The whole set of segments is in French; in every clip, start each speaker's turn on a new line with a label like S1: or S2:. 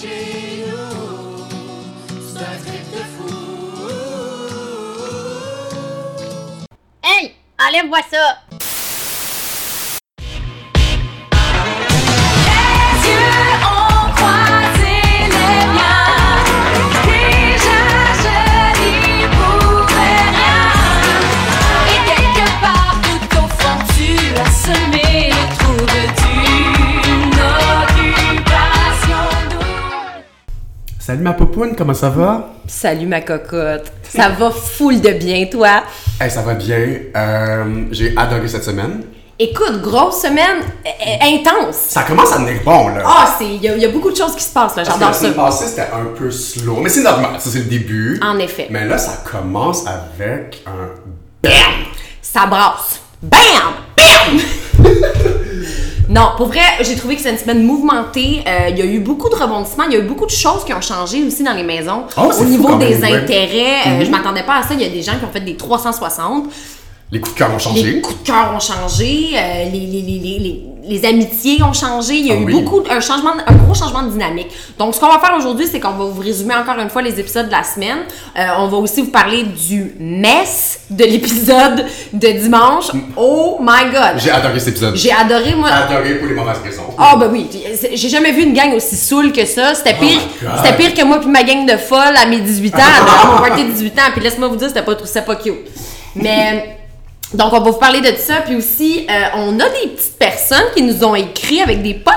S1: chez nous. C'est un trip de fou.
S2: Hey! Enlève-moi ça!
S1: Les yeux ont croisé les miens. Déjà je n'y pouvais rien. Et quelque part tout au fond tu as semé. Trouves-tu une occupation douce?
S3: Salut ma poupoune, comment ça va?
S4: Salut ma cocotte. Ça va full de bien, toi?
S3: Hey, ça va bien. Euh, j'ai adoré cette semaine.
S4: Écoute, grosse semaine euh, euh, intense.
S3: Ça commence à devenir bon, là.
S4: Ah, c'est. Il y, a- y a beaucoup de choses qui se passent, là.
S3: Parce que la
S4: J'adore ça.
S3: semaine passée, c'était un peu slow. Mais c'est normal, ça c'est le début.
S4: En effet.
S3: Mais là, ça commence avec un...
S4: Ça brasse. Bam! Bam! Non, pour vrai, j'ai trouvé que c'est une semaine mouvementée. Euh, Il y a eu beaucoup de rebondissements. Il y a eu beaucoup de choses qui ont changé aussi dans les maisons.
S3: Oh,
S4: Au
S3: c'est fou
S4: niveau
S3: quand même,
S4: des
S3: ouais.
S4: intérêts, euh,
S3: Mhm.
S4: je m'attendais pas à ça. Il y a des gens qui ont fait des 360.
S3: Les coups de cœur ont
S4: Les
S3: changé.
S4: coups de cœur ont changé, euh, les, les, les, les, les- les amitiés ont changé. Il y a
S3: Ah
S4: eu
S3: oui.
S4: beaucoup, un, changement, de- un gros changement de dynamique. Donc, ce qu'on va faire aujourd'hui, c'est qu'on va vous résumer encore une fois les épisodes de la semaine. Euh, on va aussi vous parler du mess de l'épisode de dimanche. Oh my god!
S3: Mm. J'ai adoré cet épisode.
S4: J'ai adoré, moi.
S3: adoré pour les mauvaises raisons.
S4: Ah ben oui, c'est- j'ai jamais vu une gang aussi saoule que ça. C'était
S3: Oh my
S4: pire,
S3: God.
S4: c'était pire que moi puis ma gang de folles à mes 18 ans, à mon party de 18 ans. Puis laisse-moi vous dire, c'était pas tout, c'était pas cute. Mais euh, donc on va vous parler de ça, puis aussi euh, on a des petites personnes qui nous ont écrit avec des potins.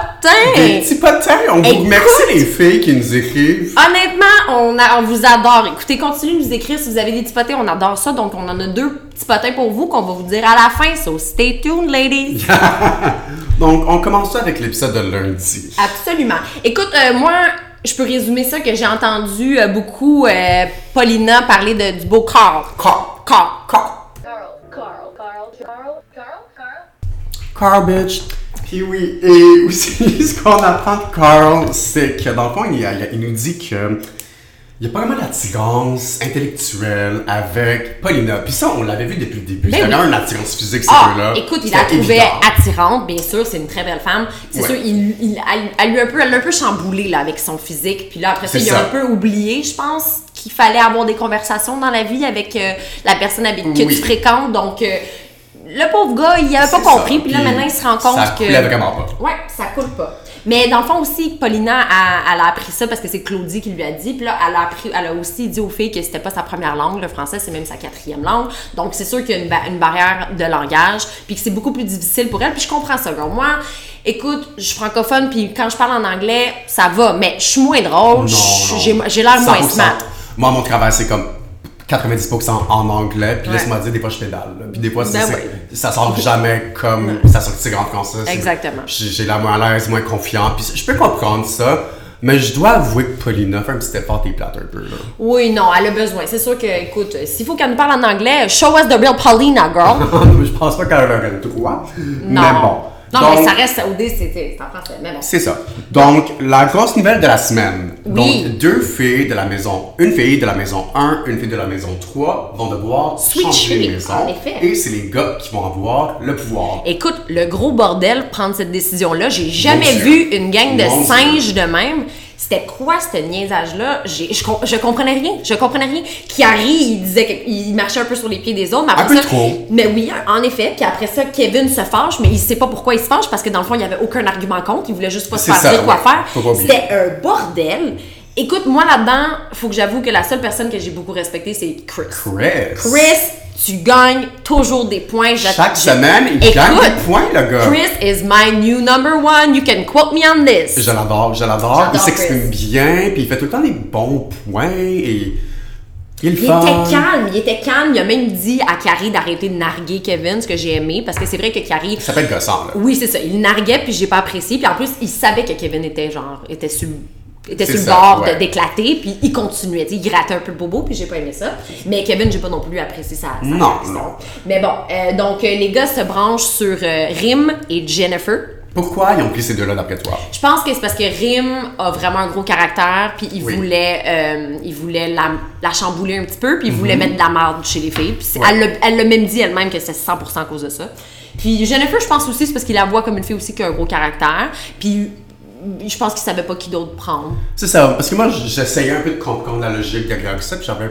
S3: Des petits potins, on vous
S4: Écoute.
S3: remercie les filles qui nous écrivent.
S4: Honnêtement, on, a- on vous adore. Écoutez, continuez de nous écrire si vous avez des petits potins, on adore ça. Donc on en a deux petits potins pour vous qu'on va vous dire à la fin. So stay tuned, ladies.
S3: Donc, on commence ça avec l'épisode de
S4: Ah,
S3: lundi.
S4: Absolument. Écoute, euh, moi, je peux résumer ça que j'ai entendu euh, beaucoup euh, Paulina parler de, du beau corps.
S3: Car,
S4: Corps.
S3: car,
S5: Carl, Carl, Carl, Carl, Carl, Carl.
S3: car, bitch. Puis oui, et aussi, ce qu'on apprend de Carl, c'est que dans le fond, il, y a- il y a- il nous dit que il n'y a pas vraiment d'attirance intellectuelle avec Paulina. Puis ça, on l'avait vu depuis le début.
S4: Ben
S3: C'était
S4: oui.
S3: vraiment une attirance physique, ces
S4: Ah,
S3: deux-là.
S4: écoute, il la
S3: C'était
S4: trouvait
S3: évident.
S4: attirante, bien sûr, c'est une très belle femme. C'est
S3: Ouais.
S4: sûr, il, il- elle, elle lui a un peu, elle l'a un peu chamboulé là, avec son physique. Puis là, après ça,
S3: C'est
S4: il a
S3: ça.
S4: un peu oublié, je pense, qu'il fallait avoir des conversations dans la vie avec euh, la personne avec, que
S3: Oui.
S4: tu fréquentes. Donc, euh, le pauvre gars, il avait pas
S3: C'est ça.
S4: compris. Puis là, maintenant, il se rend compte
S3: ça
S4: que.
S3: coulait vraiment pas.
S4: Ouais, ça coule pas. Mais dans le fond aussi, Paulina, a, elle a appris ça parce que c'est Claudie qui lui a dit. Puis là, elle a, appris, elle a aussi dit aux filles que c'était pas sa première langue. Le français, c'est même sa quatrième langue. Donc, c'est sûr qu'il y a une, ba- une barrière de langage. Puis que c'est beaucoup plus difficile pour elle. Puis je comprends ça. Genre, moi, écoute, je suis francophone. Puis quand je parle en anglais, ça va. Mais je suis moins drôle.
S3: Non,
S4: je-
S3: non.
S4: j'ai- J'ai l'air moins
S3: 100%.
S4: smart.
S3: Moi, mon travail, c'est comme 90% en anglais, puis
S4: Ouais.
S3: laisse-moi dire, des fois, je pédale. là. Puis des fois, c'est-
S4: Ben
S3: c'est-
S4: ouais.
S3: ça sort jamais comme ça sortirait en français. C'est-
S4: Exactement.
S3: J'ai j'ai l'air moins à l'aise, moins confiant, puis je peux comprendre ça, mais je dois avouer que Paulina fait un petit effort des plates un peu. Là.
S4: Oui, non, elle a besoin. C'est sûr que, écoute, s'il faut qu'elle nous parle en anglais, show us the real Paulina, girl.
S3: je pense pas qu'elle aurait le droit,
S4: Non.
S3: mais bon.
S4: Non, mais
S3: Donc,
S4: ça reste saoudé, c'est c'est en français. Mais bon.
S3: C'est ça. Donc, la grosse nouvelle de la semaine.
S4: Oui.
S3: Donc, deux filles de la maison, une fille de la maison 1, une fille de la maison 3 vont devoir
S4: Switcher,
S3: changer de maison.
S4: en effet.
S3: Et c'est les gars qui vont avoir le pouvoir.
S4: Écoute, le gros bordel prendre cette décision-là, j'ai jamais
S3: Dieu.
S4: vu une gang de
S3: Mon Dieu.
S4: singes de même. C'était quoi ce niaisage-là? J'ai- Je, com- je comprenais rien. Je comprenais rien. Kiari, il disait qu'il marchait un peu sur les pieds des autres. Mais après
S3: peu
S4: ça,
S3: trop.
S4: Mais oui, en effet. Puis après ça, Kevin se fâche, mais il sait pas pourquoi il se fâche parce que dans le fond, il y avait aucun argument contre. Il voulait juste pas se
S3: C'est
S4: faire
S3: ça,
S4: dire quoi
S3: ouais.
S4: faire.
S3: Faut pas oublier.
S4: C'était un bordel. Écoute, moi là-dedans, faut que j'avoue que la seule personne que j'ai beaucoup respectée, c'est Chris.
S3: Chris.
S4: Chris, tu gagnes toujours des points. Je-
S3: Chaque
S4: je-
S3: semaine, il
S4: Écoute,
S3: gagne des points, euh, le gars.
S4: Chris is my new number one. You can quote me on this.
S3: Je l'adore, je l'adore. Il
S4: J'adore
S3: s'exprime bien, puis il fait tout le temps des bons points et. Il est le
S4: Il
S3: fun.
S4: était calme, il était calme. Il a même dit à Carrie d'arrêter de narguer Kevin, ce que j'ai aimé, parce que c'est vrai que Carrie.
S3: Ça s'appelle gossant, là.
S4: Oui, c'est ça. Il narguait, puis j'ai pas apprécié. Puis en plus, il savait que Kevin était genre. était sur était
S3: C'est
S4: sur le
S3: ça,
S4: bord de-
S3: ouais.
S4: d'éclater, puis il continuait. tu sais, Il grattait un peu le bobo, puis j'ai pas aimé ça. Mais Kevin, j'ai pas non plus apprécié ça.
S3: Non, non.
S4: Mais bon, euh, donc euh, les gars se branchent sur euh, Rim et Jennifer.
S3: Pourquoi ils ont pris ces deux-là d'après toi?
S4: Je pense que c'est parce que Rim a vraiment un gros caractère, puis il
S3: Oui.
S4: voulait, euh, il voulait la, la chambouler un petit peu, puis il voulait mettre de la marde chez les filles. Puis c'est-
S3: Mhm. Ouais.
S4: elle l'a- elle l'a même dit elle-même que c'était 100% à cause de ça. Puis Jennifer, je pense aussi, c'est parce qu'il la voit comme une fille aussi qui a un gros caractère. Puis je pense qu'ils savaient pas qui d'autre prendre.
S3: C'est ça, parce que moi, j'essayais un peu de comprendre la logique derrière ça, puis j'avais...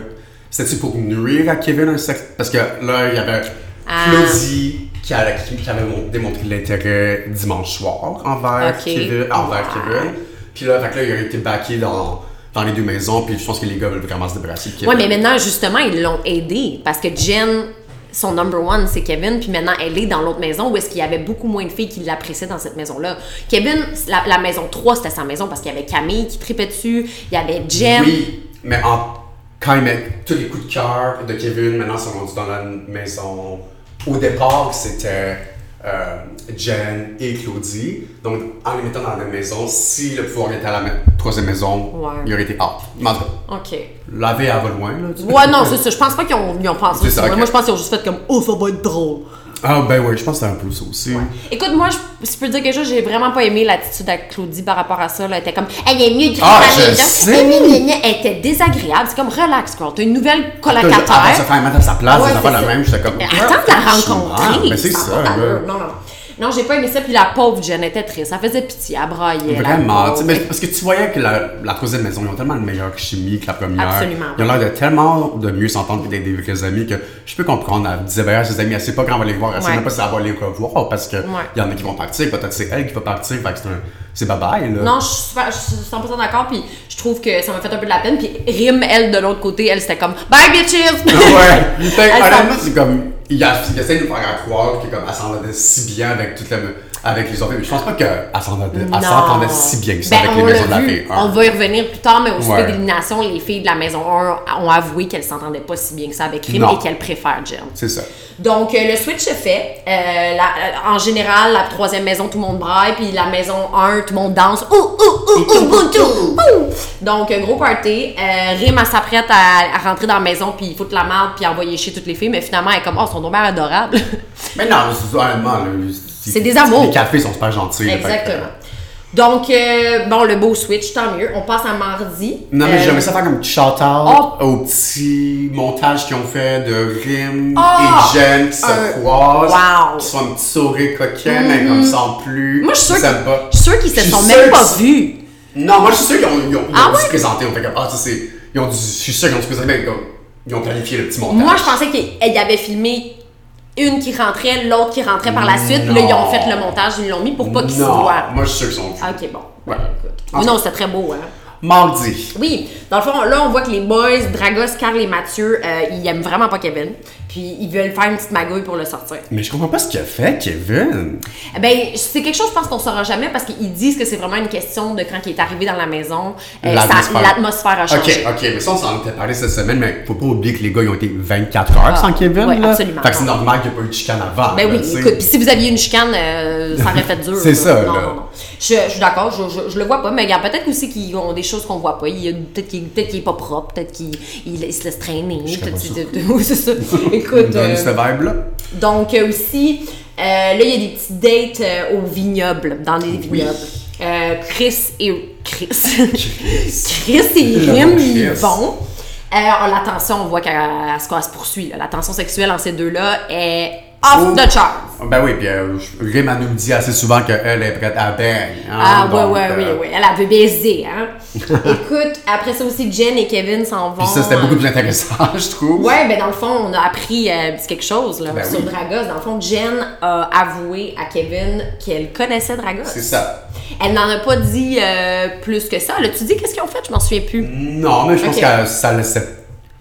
S3: C'était-tu pour nuire à Kevin un sexe? Parce que là, il y avait
S4: Ah.
S3: Claudie qui, a- qui- qui avait mon- démontré de l'intérêt dimanche soir envers
S4: Ok.
S3: Kevin. Envers
S4: Ouais.
S3: Kevin. Puis là, fait que là, il a été backé dans, dans les deux maisons, puis je pense que les gars veulent vraiment se débarrasser de Kevin.
S4: Ouais, mais maintenant, justement, ils l'ont aidé parce que Jen, son number one, c'est Kevin, puis maintenant, elle est dans l'autre maison où est-ce qu'il y avait beaucoup moins de filles qui l'appréciaient dans cette maison-là. Kevin, la, la maison 3, c'était sa maison parce qu'il y avait Camille qui tripait dessus, il y avait Jen.
S3: Oui, mais en... quand il met tous les coups de cœur de Kevin, maintenant, sont rendus dans la maison. Au départ, c'était euh, Jen et Claudie. Donc, en les mettant dans la même maison, si le pouvoir était à la même- troisième maison,
S4: Ouais.
S3: il aurait été out. Mais en tout cas,
S4: OK.
S3: laver à va loin, là. tu-
S4: Ouais, non, c'est ça. Je pense pas qu'ils ont, ils ont pensé
S3: C'est
S4: ça.
S3: ça, ok.
S4: Moi, je pense qu'ils ont juste fait comme « Oh, ça va être drôle ».
S3: Ah, ben oui, je pense que c'est un peu ça aussi.
S4: Écoute, moi, je, si je peux dire quelque chose, j'ai vraiment pas aimé l'attitude à Claudie par rapport à ça. Là. Elle était comme, elle est mieux de
S3: Ah,
S4: faire
S3: je
S4: les gens.
S3: sais.
S4: Elle, gna, gna, gna. Elle était désagréable. C'est comme, relax, girl. T'as une nouvelle
S3: Là, je- Avant de se
S4: colocataire.
S3: faire mettre à sa place,
S4: Ouais,
S3: ça va
S4: c'est
S3: la
S4: ça.
S3: même, j'étais comme.
S4: Mais attends de la rencontrer.
S3: Mais c'est
S4: a
S3: ça,
S4: pas d'allure.
S3: là.
S4: Non, non. Non, j'ai pas aimé ça. Puis la pauvre Jen était triste. Ça faisait pitié. Elle braillait. la
S3: Vraiment, tu sais,
S4: pauvre.
S3: mais parce que tu voyais que la, la troisième maison, ils ont tellement de meilleure chimie que la première.
S4: Absolument.
S3: Ils ont l'air de tellement de mieux s'entendre que d'être des vrais amis que je peux comprendre. Elle disait, ben, ses amis, elle sait pas quand on va les voir, elle sait
S4: Ouais.
S3: même pas si elle va les revoir parce que
S4: Ouais.
S3: il y en a qui vont partir, peut-être c'est elle qui va partir, fait que c'est un. C'est bye bye, là.
S4: Non, je suis, super- je suis 100% d'accord, puis je trouve que ça m'a fait un peu de la peine, puis Rim, elle, de l'autre côté, elle, c'était comme « Bye, bitches! »
S3: Ah ouais. Fait que,
S4: Elle
S3: honnêtement,
S4: s'en-
S3: c'est comme. Il, a- il essaie de nous faire croire que comme elle s'entendait si bien avec toute la, avec les autres. Mais je pense pas qu'elle s'entendait elle
S4: Non.
S3: s'entendait si bien que ça
S4: Ben,
S3: avec les
S4: on
S3: maisons de
S4: l'a vu.
S3: la paix.
S4: On va y revenir plus tard, mais au
S3: Ouais.
S4: sujet d'élimination, les filles de la maison 1 ont avoué qu'elles s'entendaient pas si bien que ça avec Rim
S3: Non.
S4: et qu'elles préfèrent Jen.
S3: C'est ça.
S4: Donc, euh, le switch se fait. Euh, la- en général, la troisième maison, tout le monde braille, puis la maison 1, tout le monde danse. Ouh, ouh, ouh, ouh, ouh, ouh, ouh. Donc, euh, gros party. Euh, Rim, elle s'apprête à, à rentrer dans la maison, puis il faut de la merde, puis envoyer chez toutes les filles, mais finalement, elle est comme « Oh, son nom est adorable!
S3: Mais non, c'est- honnêtement, là,
S4: C'est des amours.
S3: Les cafés sont super gentils. » là, fait que-
S4: Exactement. Donc, euh, bon, le beau switch, tant mieux. On passe à mardi.
S3: Non, mais
S4: Euh,
S3: j'aimerais ça faire comme petit shout-out
S4: Oh.
S3: au petit montage qu'ils ont fait de Rim
S4: Ah.
S3: et Jen qui se
S4: Un-
S3: croisent.
S4: Wow. Mm-hmm.
S3: Qui sont un petit sourire coquin, mais comme sans plus.
S4: Moi, je suis
S3: qui
S4: sûre
S3: s'aiment pas.
S4: je suis sûre qu'ils
S3: Je
S4: se
S3: suis
S4: sont
S3: sûre
S4: même pas
S3: que-
S4: vus.
S3: Non, moi, je suis sûr qu'ils ont, ils ont, ils
S4: Ah
S3: ont dû
S4: ouais?
S3: se présenter. On fait comme, ah, ça c'est. Ils ont dû, je suis sûr qu'ils ont dû se présenter, mais comme. Ils ont planifié le petit montage.
S4: Moi, je pensais qu'ils avaient filmé une qui rentrait, l'autre qui rentrait par la suite. Là, ils ont
S3: Non.
S4: fait le montage, ils l'ont mis pour pas qu'ils se
S3: Non,
S4: voient.
S3: Moi, je suis sûr qu'ils sont.
S4: Ah, ok, bon.
S3: Ouais.
S4: Écoute.
S3: En tout
S4: non, c'était très beau, hein.
S3: Mardi.
S4: Oui, dans le fond, là, on voit que les boys, Dragos, Carl et Mathieu, euh, ils aiment vraiment pas Kevin. Puis ils veulent faire une petite magouille pour le sortir.
S3: Mais je comprends pas ce qu'il a fait, Kevin.
S4: Eh Ben, c'est quelque chose, je pense qu'on saura jamais parce qu'ils disent que c'est vraiment une question de quand il est arrivé dans la maison, euh, ça- l'atmosphère a changé.
S3: Ok, ok, mais ça, on s'en était parlé cette semaine, mais faut pas oublier que les gars, ils ont été 24 heures
S4: Ah,
S3: sans Kevin.
S4: ouais,
S3: là.
S4: absolument.
S3: Fait que c'est normal qu'il n'y ait pas eu de chicane avant.
S4: Ben
S3: là,
S4: oui,
S3: tu sais.
S4: écoute, puis si vous aviez une chicane, euh, ça aurait fait dur.
S3: C'est
S4: là.
S3: ça,
S4: Non,
S3: là.
S4: non, non. Je, je suis d'accord, je, je, je le vois pas, mais regarde, peut-être aussi qu'ils ont des choses qu'on voit pas. Il y a- Peut-être qu'il peut est pas propre, peut-être qu'il il- il se laisse traîner.
S3: serais
S4: peut-être
S3: pas
S4: qu'il- Oui, c'est ça.
S3: Donne
S4: Écoute, euh,
S3: cette vibe-là.
S4: donc euh, aussi, euh, là, il y a des petites dates euh, au vignoble, dans les vignobles. Euh, Chris et... Chris. Chris et
S3: Le
S4: Rim,
S3: bon
S4: ils
S3: Chris.
S4: vont. Euh, la tension, on voit qu'elle elle se elle se poursuit. là. La tension sexuelle entre ces deux-là est off
S3: Oh.
S4: the charts.
S3: Ben oui, puis euh, je- Rim, elle nous le dit assez souvent qu'elle est prête à bang. hein,
S4: Ah, ouais,
S3: donc,
S4: ouais,
S3: euh,
S4: oui, oui. Elle avait baiser, hein. Écoute, après ça aussi, Jen et Kevin s'en vont. euh,
S3: Puis ça, c'était beaucoup plus intéressant, je trouve.
S4: Ouais, ben dans le fond, on a appris euh, quelque chose, là,
S3: Ben
S4: sur
S3: oui.
S4: Dragos. Dans le fond, Jen a avoué à Kevin qu'elle connaissait Dragos.
S3: C'est ça.
S4: Elle n'en a pas dit euh, plus que ça. Là, tu dis qu'est-ce qu'ils ont fait? Je m'en souviens plus.
S3: Mm. Non, mais je pense
S4: Ok.
S3: que ça laissait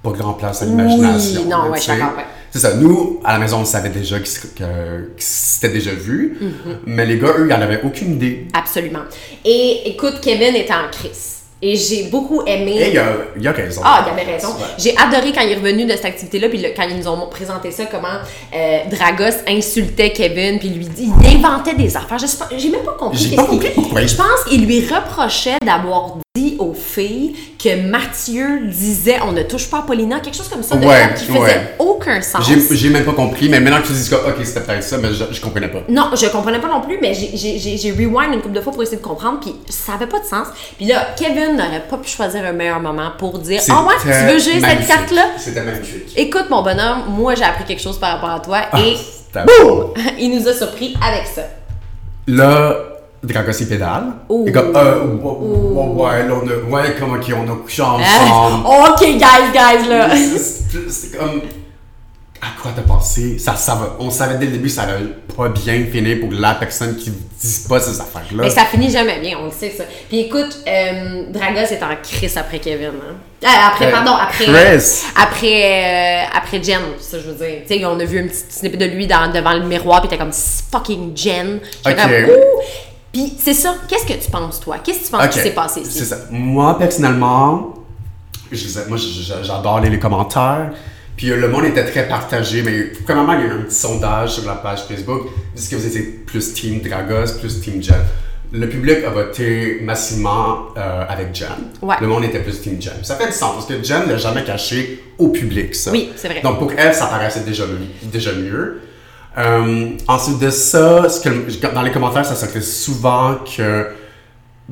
S3: pas grand place à l'imagination.
S4: Oui, non,
S3: là,
S4: ouais,
S3: tu sais.
S4: je suis d'accord, ouais.
S3: C'est ça. Nous, à la maison, on savait déjà qu'ils se- que- qu'ils s'étaient déjà vus,
S4: Mm-hmm.
S3: mais les gars, eux, ils en avaient aucune idée.
S4: Absolument. Et écoute, Kevin était en crise. Et j'ai beaucoup aimé...
S3: Et il y a, il y a raison.
S4: Ah, il avait raison.
S3: Ouais.
S4: J'ai adoré quand il est revenu de cette activité-là, puis le- quand ils nous ont présenté ça, comment euh, Dragos insultait Kevin, puis lui dit, il inventait des affaires. Je sais pas- J'ai même pas compris.
S3: J'ai
S4: qu'est-ce
S3: pas
S4: qu'il-
S3: compris pourquoi.
S4: Je pense qu'il lui reprochait d'avoir dit aux filles que Mathieu disait on ne touche pas à Paulina, quelque chose comme ça, de
S3: Ouais,
S4: même, qui faisait
S3: ouais.
S4: aucun sens.
S3: J'ai j'ai même pas compris, mais maintenant que tu dis que, ok, c'était peut-être ça, mais je, je comprenais pas.
S4: Non, je comprenais pas non plus, mais j'ai- j'ai j'ai- j'ai rewind une couple de fois pour essayer de comprendre, puis ça avait pas de sens. Puis là, Kevin n'aurait pas pu choisir un meilleur moment pour dire Ah ouais,
S3: C'était
S4: tu veux jouer cette
S3: magnifique.
S4: carte-là
S3: C'était magnifique.
S4: Écoute, mon bonhomme, moi j'ai appris quelque chose
S3: Ah.
S4: par rapport à toi et
S3: C'était-
S4: il nous a surpris avec ça.
S3: Là, Dragos et pédale.
S4: Oh.
S3: Et comme, euh, ouais, ouais, ouais, là, on a, ouais, comme, ok, on a couché
S4: Ah
S3: ensemble.
S4: Hein? ok, guys, guys, là.
S3: C'est- c'est- C'est comme. À quoi t'as pensé? Ça, ça va, on savait dès le début, ça allait pas bien finir pour la personne qui dit pas ces affaires-là.
S4: Mais ça finit jamais bien, on le sait, ça. Puis écoute, euh, Dragos est en crise après Kevin. hein. Ah, après,
S3: Euh,
S4: pardon, après.
S3: Chris.
S4: Après, euh, après Jen, ça je veux dire. Tu sais, on a vu un petit snippet de lui dans, devant le miroir, puis t'es comme fucking Jen. J'étais
S3: Ok.
S4: comme, Ouh! Puis c'est ça. Qu'est-ce que tu penses, toi? Qu'est-ce que tu penses
S3: Ok,
S4: qui s'est passé ici?
S3: C'est ça. Moi, personnellement, je les ai- moi, je- je- j'adore les, les commentaires. Puis euh, le monde était très partagé. Mais premièrement, il y a eu un petit sondage sur la page Facebook. Est-ce que vous étiez plus Team Dragos, plus Team Jen? Le public a voté massivement euh, avec Jen.
S4: Ouais.
S3: Le monde était plus Team Jen. Ça fait du sens parce que Jen n'a jamais caché au public ça.
S4: Oui, c'est vrai.
S3: Donc pour elle, ça paraissait déjà, déjà mieux. Euh, ensuite de ça, ce que- dans les commentaires, ça sortait souvent que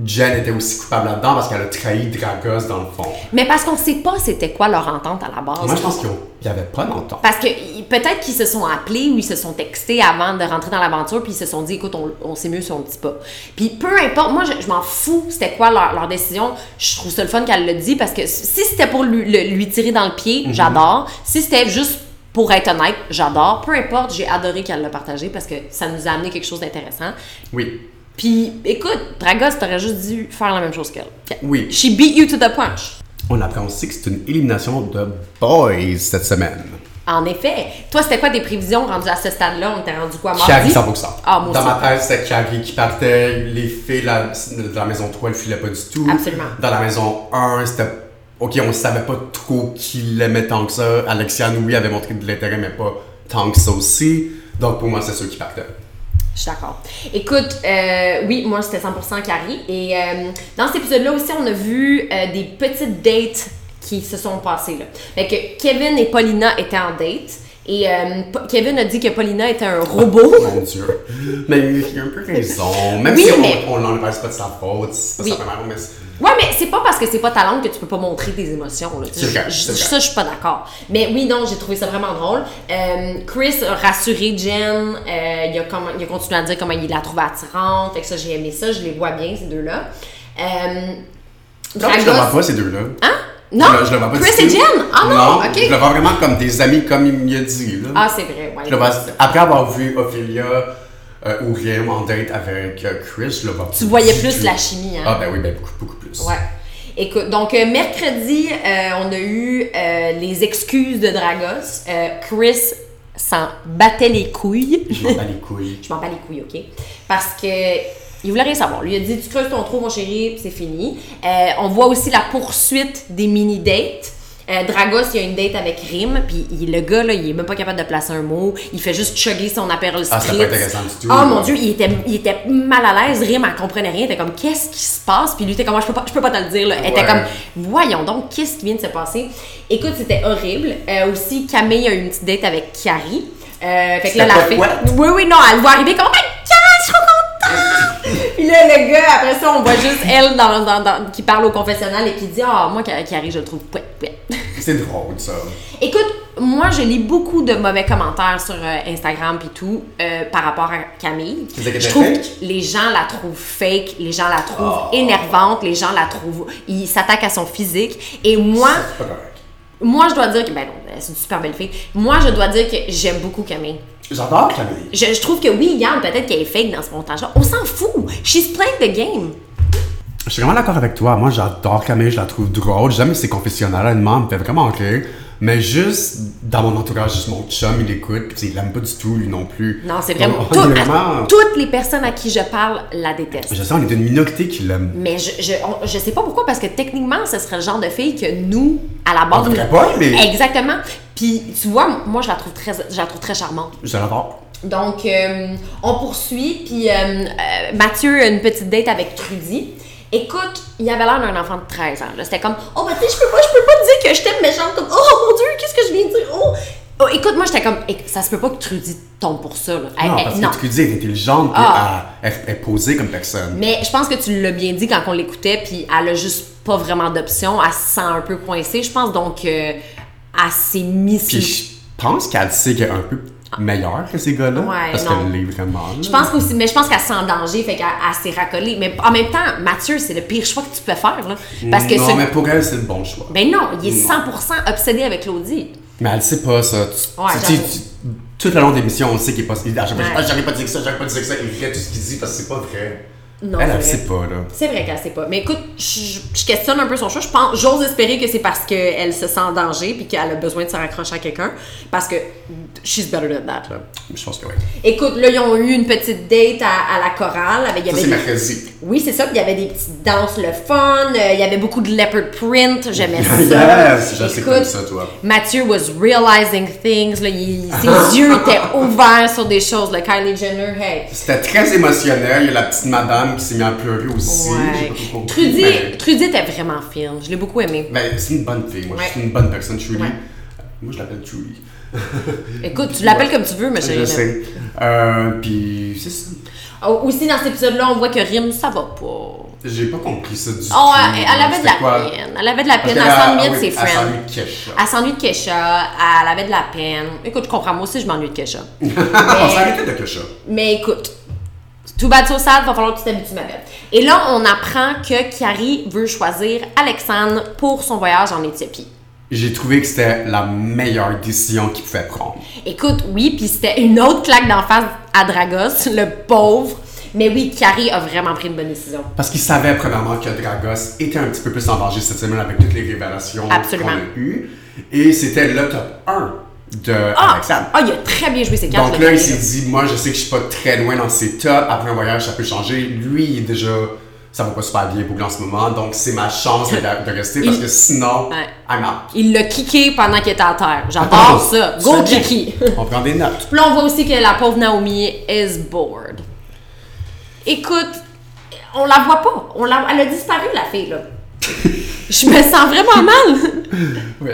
S3: Jen était aussi coupable là-dedans parce qu'elle a trahi Dragos dans le fond.
S4: Mais parce qu'on sait pas c'était quoi leur entente à la base.
S3: Moi, je pense qu'il n'y avait pas d'entente.
S4: Parce que y- peut-être qu'ils se sont appelés ou ils se sont textés avant de rentrer dans l'aventure, puis ils se sont dit, écoute, on, on sait mieux si on le dit pas. Puis peu importe, moi, je, je m'en fous, c'était quoi leur, leur décision. Je trouve ça le fun qu'elle le dit parce que si c'était pour lui, le- lui tirer dans le pied, j'adore. Si c'était juste pour être honnête, j'adore. Peu importe, j'ai adoré qu'elle le partagé parce que ça nous a amené quelque chose d'intéressant.
S3: Oui.
S4: Puis écoute, Dragos, t'aurais juste dû faire la même chose qu'elle.
S3: Oui.
S4: She beat you to the punch.
S3: On apprend aussi que c'est une élimination de Boys cette semaine.
S4: En effet. Toi, c'était quoi tes prévisions rendues à ce stade-là? On était rendu quoi, mardi?
S3: Carrie, 100%.
S4: Ah, moi
S3: Dans
S4: aussi.
S3: ma tête, c'était Carrie qui partait. Les filles la- de la maison 3, elles filaient pas du tout.
S4: Absolument.
S3: Dans la maison 1, c'était. Ok, on savait pas trop qui l'aimait tant que ça. Alexia, oui, avait montré de l'intérêt, mais pas tant que ça aussi. Donc pour moi, c'est ceux qui partaient.
S4: Je suis d'accord. Écoute, euh, oui, moi c'était 100% Carrie. Et euh, dans cet épisode-là aussi, on a vu euh, des petites dates qui se sont passées. Là. Fait que Kevin et Paulina étaient en date. Et euh, Pa- Kevin a dit que Paulina était un robot.
S3: Mon Dieu. Mais il y a un peu raison. Même
S4: Oui,
S3: si on-
S4: mais-
S3: on l'enlève, c'est pas de sa faute, c'est pas
S4: Oui.
S3: sa première mais c'est-
S4: Ouais, mais c'est pas parce que c'est pas ta langue que tu peux pas montrer tes émotions. Là.
S3: C'est vrai,
S4: Je- je-
S3: c'est vrai.
S4: Ça, je suis pas d'accord. Mais oui, non, j'ai trouvé ça vraiment drôle. Euh, Chris a rassuré Jen. euh, il, a comme- il a continué à dire comment il la trouve attirante. Fait que ça, j'ai aimé ça. Je les vois bien, ces deux-là. Euh,
S3: Non, je le
S4: Dragos-
S3: vois pas, ces deux-là.
S4: Hein? Non?
S3: Je, le- je le vois pas du
S4: Chris et
S3: tout.
S4: Jen? Ah non, ok.
S3: Je le vois vraiment comme des amis, comme il me l'a dit. Là.
S4: Ah, c'est vrai, ouais.
S3: Je le vois- après avoir vu Ophelia euh, ou Riem en date avec euh, Chris, je le vois
S4: Tu voyais
S3: du
S4: plus
S3: tout.
S4: la chimie, hein?
S3: Ah, ben oui, ben beaucoup, beaucoup plus.
S4: Ouais. Écoute, donc euh, mercredi, euh, on a eu euh, les excuses de Dragos. Euh, Chris s'en battait les couilles.
S3: Je m'en bats les couilles.
S4: Je m'en bats les couilles, OK? Parce que il voulait rien savoir. Lui, il a dit Tu creuses ton trou, mon chéri, puis c'est fini. Euh, on voit aussi la poursuite des mini-dates. Euh, Dragos, il y a une date avec Rim, puis il- le gars, là, il est même pas capable de placer un mot. Il fait juste chugger son appareil
S3: Ah, c'était pas intéressant du tout,
S4: Oh
S3: là.
S4: mon Dieu, il était, il était mal à l'aise. Rim, elle comprenait rien. Elle était comme Qu'est-ce qui se passe? Puis lui, était comme Moi, Je peux pas, je peux pas te le dire. là. Elle était
S3: Ouais.
S4: comme Voyons donc, qu'est-ce qui vient de se passer? Écoute, c'était horrible. Euh, aussi, Camille a eu une petite date avec Carrie. Euh, fait que là,
S3: C'était
S4: la
S3: pas
S4: fille.
S3: quoi?
S4: Oui, oui, non, elle le voit arriver comme Oh my God, je suis trop contente! Puis là, le gars, après ça, on voit juste elle dans, dans- dans- qui parle au confessionnal et qui dit Ah, moi, Ca- Carrie, je le trouve pouet, pouet.
S3: C'est drôle, ça.
S4: Écoute, moi, je lis beaucoup de mauvais commentaires sur euh, Instagram puis tout euh, par rapport à Camille.
S3: Tu disais qu'elle
S4: Je
S3: était
S4: trouve
S3: fake?
S4: que les gens la trouvent fake, les gens la trouvent
S3: Oh.
S4: énervante, les gens la trouvent. Ils s'attaquent à son physique. Et moi.
S3: C'est pas correct.
S4: Moi, je dois dire que, ben non, c'est une super belle fille. Moi, je dois dire que j'aime beaucoup Camille.
S3: J'adore Camille.
S4: Je, je trouve que oui, Yann, peut-être qu'elle est fake dans ce montage-là. On s'en fout. She's playing the game.
S3: Je suis vraiment d'accord avec toi. Moi, j'adore Camille, je la trouve drôle. J'aime ses confessionnels, honnêtement, elle me fait vraiment rire. Mais juste dans mon entourage, juste mon chum, il écoute, puis il l'aime pas du tout, lui non plus.
S4: Non, c'est vraiment.
S3: Donc,
S4: tout-
S3: on est vraiment-
S4: Toutes les personnes à qui je parle la détestent.
S3: Je sais, on est une minorité qui l'aime.
S4: Mais je, je, on- je sais pas pourquoi, parce que techniquement, ce serait le genre de fille que nous, à la base.
S3: On devrait pas aimer.
S4: Exactement. Puis, tu vois, moi, je la trouve très, je la trouve très charmante.
S3: Je l'adore.
S4: Donc, euh, on poursuit. Puis, euh, euh, Mathieu a une petite date avec Trudy. Écoute, il avait l'air d'un enfant de 13 ans. là. C'était comme, oh, bah, tu sais, je peux pas, je peux pas te dire que je t'aime méchante. Comme, oh mon Dieu, qu'est-ce que je viens de dire? Oh! Oh, écoute, moi, j'étais comme, Éc- ça se peut pas que Trudy tombe pour ça. là. Elle-
S3: Non,
S4: elle-
S3: parce
S4: non.
S3: que Trudy est intelligente, puis
S4: Ah.
S3: elle, elle- elle est posée comme personne.
S4: Mais je pense que tu l'as bien dit quand on l'écoutait, puis elle a juste pas vraiment d'option. Elle se sent un peu coincée, je pense. Donc, euh, elle s'est mise.
S3: Puis je pense qu'elle sait qu'elle est un peu meilleure que ces gars-là.
S4: Ouais,
S3: parce
S4: non.
S3: qu'elle l'est vraiment. là.
S4: Je pense qu'aussi, mais je pense qu'elle s'est en danger, fait qu'elle elle s'est racolée. Mais en même temps, Mathieu, c'est le pire choix que tu peux faire, là. Parce que
S3: non,
S4: ce-
S3: mais pour elle, c'est le bon choix.
S4: Ben non, il est 100% obsédé avec Claudie.
S3: Mais elle sait pas ça. Tu-
S4: Ouais,
S3: tu- tu-
S4: j'avoue.
S3: tu- tout le long des missions, on sait qu'il est pas. il- Ah, j'arrive pas-
S4: Ouais.
S3: ah, j'arrive pas à dire ça, j'arrive pas à dire ça. Il fait tout ce qu'il dit parce que c'est pas vrai.
S4: Non,
S3: elle,
S4: c'est
S3: elle
S4: vrai.
S3: sait pas, là.
S4: C'est vrai qu'elle sait pas. Mais écoute, je, je- je questionne un peu son choix. Je pense, j'ose espérer que c'est parce qu'elle se sent en danger puis qu'elle a besoin de se raccrocher à quelqu'un. Parce que she's better than that. là.
S3: Euh, Je pense que oui.
S4: Écoute, là, ils ont eu une petite date à, à la chorale. Avec, ben, il y
S3: Ça,
S4: avait
S3: c'est
S4: des-
S3: mercredi.
S4: Oui, c'est ça. puis Il y avait des petites danses, le fun. euh, il y avait beaucoup de leopard print. J'aimais ça.
S3: Yes, je sais
S4: Écoute,
S3: comme ça, toi.
S4: Mathieu was realizing things. Là, il- ses yeux étaient ouverts sur des choses. Le Kylie Jenner, hey.
S3: C'était très émotionnel. Il y a la petite madame qui s'est mise à pleurer aussi. J'ai
S4: Ouais.
S3: pas trop compris, Ben,
S4: Trudy,
S3: mais-
S4: Trudy était vraiment fine. Je l'ai beaucoup aimée.
S3: Ben, c'est une bonne fille, moi.
S4: Ouais.
S3: C'est une bonne personne, Trudy. Euh,
S4: Ouais.
S3: Moi, je l'appelle Trudy.
S4: Écoute, tu l'appelles comme tu veux, mais
S3: Ben, Je
S4: j'ai
S3: sais. Euh, puis, c'est ça.
S4: Oh, Aussi, dans cet épisode-là, on voit que Rim, ça va pas. Oh,
S3: J'ai pas compris ça du tout.
S4: elle, Ah elle avait de
S3: C'était quoi?
S4: la peine. Elle avait de la
S3: Parce
S4: peine.
S3: qu'elle
S4: Elle
S3: a- ah
S4: s'ennuyait de
S3: oui,
S4: ses
S3: Elle
S4: friends.
S3: s'ennuie de Kesha.
S4: Elle s'ennuie de Kesha. Elle avait de la peine. Écoute, je comprends. Moi aussi, je m'ennuie de Kesha. Ah,
S3: On s'arrêtait de Kesha.
S4: Mais écoute, tout bad so sad, va falloir que tu t'habitues, ma belle. Et là, on apprend que Carrie veut choisir Alexandre pour son voyage en Éthiopie.
S3: J'ai trouvé que c'était la meilleure décision qu'il pouvait prendre.
S4: Écoute, oui, puis c'était une autre claque d'en face à Dragos, le pauvre. Mais oui, Carrie a vraiment pris une bonne décision.
S3: Parce qu'il savait, premièrement, que Dragos était un petit peu plus en danger cette semaine avec toutes les révélations qu'on
S4: Absolument.
S3: a eues. Et c'était le top 1 de
S4: Ah,
S3: Alexandre.
S4: ah, il a très bien joué ses cartes.
S3: Donc
S4: le
S3: là, il
S4: Carrie,
S3: s'est dit, moi, je sais que je suis pas très loin dans ces tops. Après un voyage, ça peut changer. Lui, il est déjà, ça va pas super bien pour lui en ce moment. Donc, c'est ma chance de, de rester parce que sinon,
S4: Ouais.
S3: I'm out.
S4: Il l'a kické pendant qu'il était à terre. J'adore ça.
S3: Tu
S4: Go
S3: fais bien.
S4: Kiki.
S3: On prend des notes.
S4: Puis là, on voit aussi que la pauvre Naomi is bored. Écoute, on la voit pas. On la- Elle a disparu, la fille, là. Je me sens vraiment mal.
S3: Oui.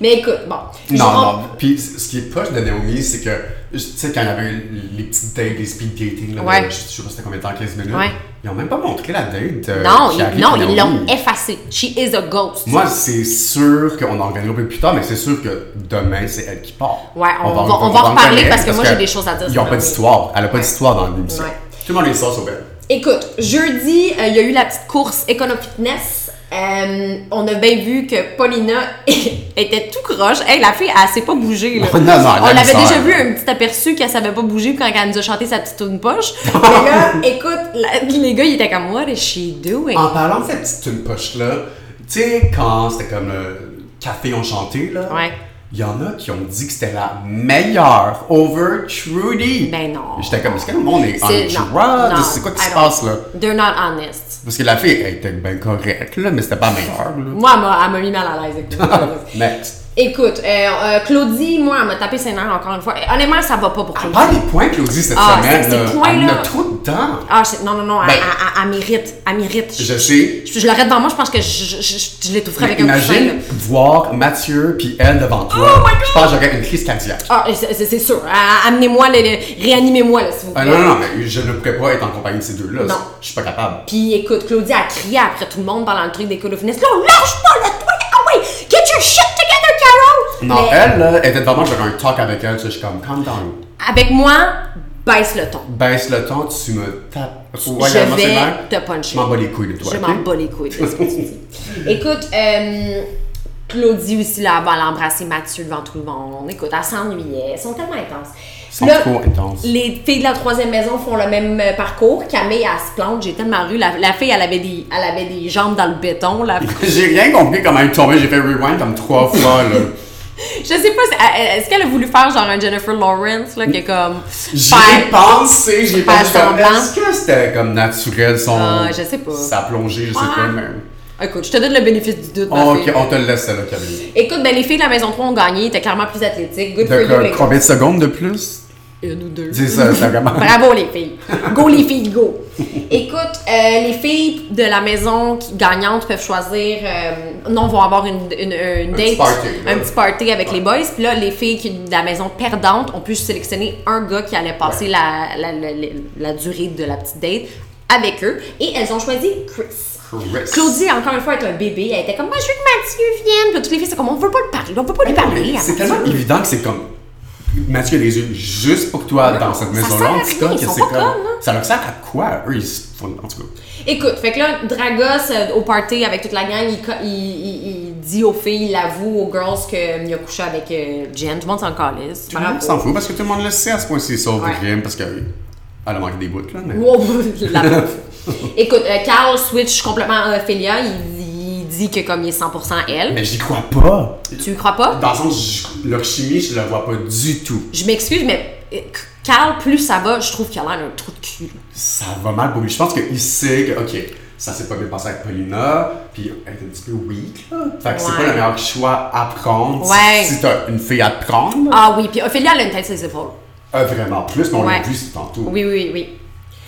S4: Mais écoute, bon.
S3: Non,
S4: On-
S3: non. Puis, c- ce qui est poche de Naomi, c'est que, tu sais, quand il y avait les petites dates, les speed dating, là,
S4: Ouais.
S3: je, je sais pas c'était combien de temps, 15 minutes,
S4: Ouais.
S3: ils ont même pas montré la date. euh,
S4: Non,
S3: qui
S4: ils-
S3: arrive
S4: non,
S3: de
S4: ils
S3: Naomi.
S4: l'ont effacée. She is a ghost.
S3: Moi, c'est sûr qu'on en reviendra un peu plus tard, mais c'est sûr que demain, c'est elle qui part.
S4: Ouais, on va- on va en
S3: en
S4: reparler
S3: revenir
S4: parce que moi, j'ai des choses à dire
S3: Ils
S4: sur
S3: n'ont pas
S4: Naomi.
S3: d'histoire. Elle n'a pas d'histoire dans l'émission.
S4: Ouais.
S3: Tout le monde a une histoire sur elle.
S4: Écoute, jeudi, euh, il y a eu la petite course Econo Fitness. Euh, on a bien vu que Paulina était tout croche. Hey, la fille, elle s'est pas bougée. Là.
S3: Non, non, elle a
S4: on
S3: mis
S4: l'avait
S3: ça,
S4: déjà
S3: elle.
S4: vu un petit aperçu qu'elle savait pas bouger quand elle nous a chanté sa petite tune poche. Et là, écoute, la- les gars, ils étaient comme What is she doing?
S3: En parlant de cette petite tune poche-là, tu sais, quand c'était comme le café on chanté, là, il
S4: Ouais.
S3: y en a qui ont dit que c'était la meilleure over Trudy.
S4: Ben non.
S3: J'étais comme, est-ce que le monde est en
S4: C'est- non,
S3: droit?
S4: non,
S3: C'est quoi qui
S4: I don't-
S3: se passe, là?
S4: They're not honest.
S3: Parce que la fille, elle était bien correcte, là, mais c'était pas la meilleure, là.
S4: Moi, elle m'a- elle m'a mis mal à l'aise. écoute.
S3: Next.
S4: écoute, euh, euh, Claudie, moi, elle m'a tapé ses nerfs encore une fois. Et honnêtement, ça va pas pour Claudie.
S3: Ah, Pas les points, Claudie, cette
S4: Ah,
S3: semaine.
S4: c'est- ces
S3: là.
S4: points-là.
S3: Elle en a trop dedans.
S4: Ah, c'est- non, non, non, elle,
S3: Ben-
S4: elle- elle- elle mérite. Elle mérite.
S3: Je sais.
S4: Je, je l'arrête devant moi, je pense que je, je, je- je l'étoufferais avec un cousin.
S3: Imagine voir Mathieu puis elle devant toi.
S4: my God!
S3: Je pense que j'aurais une crise cardiaque.
S4: Ah, c'est c'est- c'est sûr. Ah, Amenez-moi, le, le- réanimez-moi, là, s'il vous plaît.
S3: Ah, non, non, non, mais je ne pourrais pas être en compagnie de ces deux-là.
S4: Non.
S3: Je suis pas capable.
S4: Puis écoute, Claudia a crié après tout le monde pendant le truc des Call of Fitness. Là, lâche pas le toit! Ah oui! Get your shit together, Carol!
S3: Non,
S4: Mais
S3: elle, là, elle était devant moi, j'aurais un talk avec elle. tu sais, Je suis comme, calm down.
S4: Avec moi, baisse le ton.
S3: Baisse le ton, tu me tapes.
S4: je
S3: royalement
S4: vais
S3: sévère.
S4: te puncher.
S3: Je m'en bats les couilles de toi.
S4: Je
S3: ok?
S4: m'en bats les couilles. de ce que tu dis. Écoute, euh, Claudie aussi, là, avant l'embrasser Mathieu devant tout le monde. Écoute, elle s'ennuyait. Elles sont tellement intenses.
S3: sont trop intenses.
S4: Les filles de la troisième maison font le même euh, parcours. Camille, elle se plante. J'ai tellement rue. La, la fille, elle avait, des, elle avait des jambes dans le béton. La
S3: J'ai rien compris comment elle est tombée. J'ai fait rewind comme trois fois, là.
S4: Je sais pas, c'est- est-ce qu'elle a voulu faire genre un Jennifer Lawrence, là, qui est comme.
S3: J'y ai
S4: faire-
S3: pensé, j'y ai
S4: faire
S3: pensé. comme,
S4: semblant.
S3: Est-ce que c'était comme naturel son.
S4: Ah, je sais pas.
S3: Sa plongée, je sais
S4: Ouais.
S3: pas, mais.
S4: Écoute, je te donne le bénéfice du doute. ma
S3: Oh,
S4: fille.
S3: ok, on te le laisse, là, Camille.
S4: Écoute, ben, les filles de la maison 3 ont gagné. Ils étaient clairement plus athlétiques. Good for
S3: De
S4: you, les
S3: co- euh, combien de secondes de plus?
S4: Une ou deux.
S3: C'est ça, ça commence.
S4: Bravo les filles. Go les filles, go. Écoute, euh, les filles de la maison qui- gagnantes peuvent choisir. euh, non, vont avoir une, une- euh, une
S3: Un
S4: date,
S3: petit party, là.
S4: un petit party avec les boys. Puis là, les filles qui- de la maison perdante ont pu sélectionner un gars qui allait passer la, la- la- la- la durée de la petite date avec eux. Et elles ont choisi Chris.
S3: Chris.
S4: Claudie, encore une fois, avec un bébé, elle était comme Moi, je veux que Mathieu vienne. Puis là, toutes les filles, c'est comme On veut pas le parler, on veut pas lui parler. à
S3: C'est
S4: Mathieu.
S3: tellement évident que c'est comme. Mathieu a des yeux juste pour toi dans cette
S4: ça
S3: maison-là.
S4: sert à
S3: On
S4: rien,
S3: dit comme
S4: ils
S3: que
S4: sont
S3: c'est
S4: pas
S3: comme.
S4: connes, hein.
S3: Ça leur sert à quoi? Eux, ils se font. En tout cas.
S4: Écoute, fait que là, Dragos, euh, au party avec toute la gang, il, co- il, il- il dit aux filles, il avoue aux girls qu'il a couché avec euh, Jen. Tout le monde s'en calisse.
S3: Tout le monde s'en fout parce que tout le monde le sait à ce point-ci, sauf
S4: Ah, Ouais.
S3: Grim, parce qu'elle a manqué des bouts, là. Mais...
S4: Wow, la pauvre. Écoute, euh, Carl switch complètement à Ophelia. Il, il dit que comme il est 100% elle.
S3: Mais j'y crois pas.
S4: Tu y crois pas?
S3: Dans le sens, je- leur chimie, je la vois pas du tout.
S4: Je m'excuse, mais euh, Carl, plus ça va, je trouve qu'il a l'air d'un trou de cul.
S3: Ça va mal pour lui. Je pense qu'il sait que, ok, ça s'est pas bien passé avec Paulina, puis elle est un petit peu weak, là. Fait que c'est
S4: Ouais.
S3: pas le meilleur choix à prendre si-
S4: Ouais.
S3: si t'as une fille à te prendre.
S4: Ah oui, puis Ophelia elle a une tête sur les épaules.
S3: Euh, vraiment plus, mais on l'a
S4: Ah. Ouais.
S3: vu c'est tantôt.
S4: Oui, oui, oui.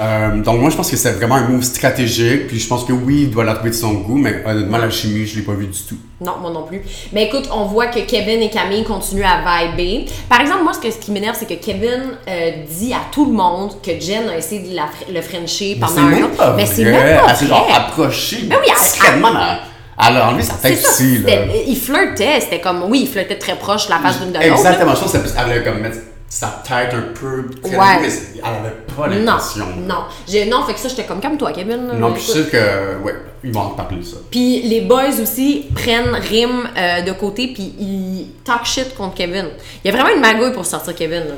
S3: Euh, donc moi je pense que c'est vraiment un move stratégique, puis je pense que oui, il doit la trouver de son goût, mais honnêtement la chimie, je l'ai pas vu du tout.
S4: Non, moi non plus. Mais écoute, on voit que Kevin et Camille continuent à viber. Par exemple, moi, ce, que- ce qui m'énerve, c'est que Kevin euh, dit à tout le monde que Jen a essayé de la fr- le frencher pendant un an. Mais c'est ah, même pas
S3: Elle s'est genre
S4: vrai. Ben
S3: approchée
S4: oui, elle-
S3: discrètement, elle, elle a enlevé sa
S4: C'est
S3: tête
S4: ça.
S3: ici. là.
S4: c'était- Il flirtait. C'était comme, oui, il flirtait très proche, la face d'une de l'autre. là.
S3: Exactement, je pense qu'elle allait comme mettre sa tête un peu près
S4: Ouais.
S3: de lui, mais elle avait pas
S4: Non,
S3: l'impression.
S4: non. J'ai- Non, fait que ça, j'étais comme, comme toi, Kevin. là.
S3: Non, puis je suis
S4: Écoute.
S3: sûr que, ouais, ils vont en parler ça.
S4: Puis les boys aussi prennent Rim euh, de côté, puis ils talk shit contre Kevin. Il y a vraiment une magouille pour sortir Kevin. là.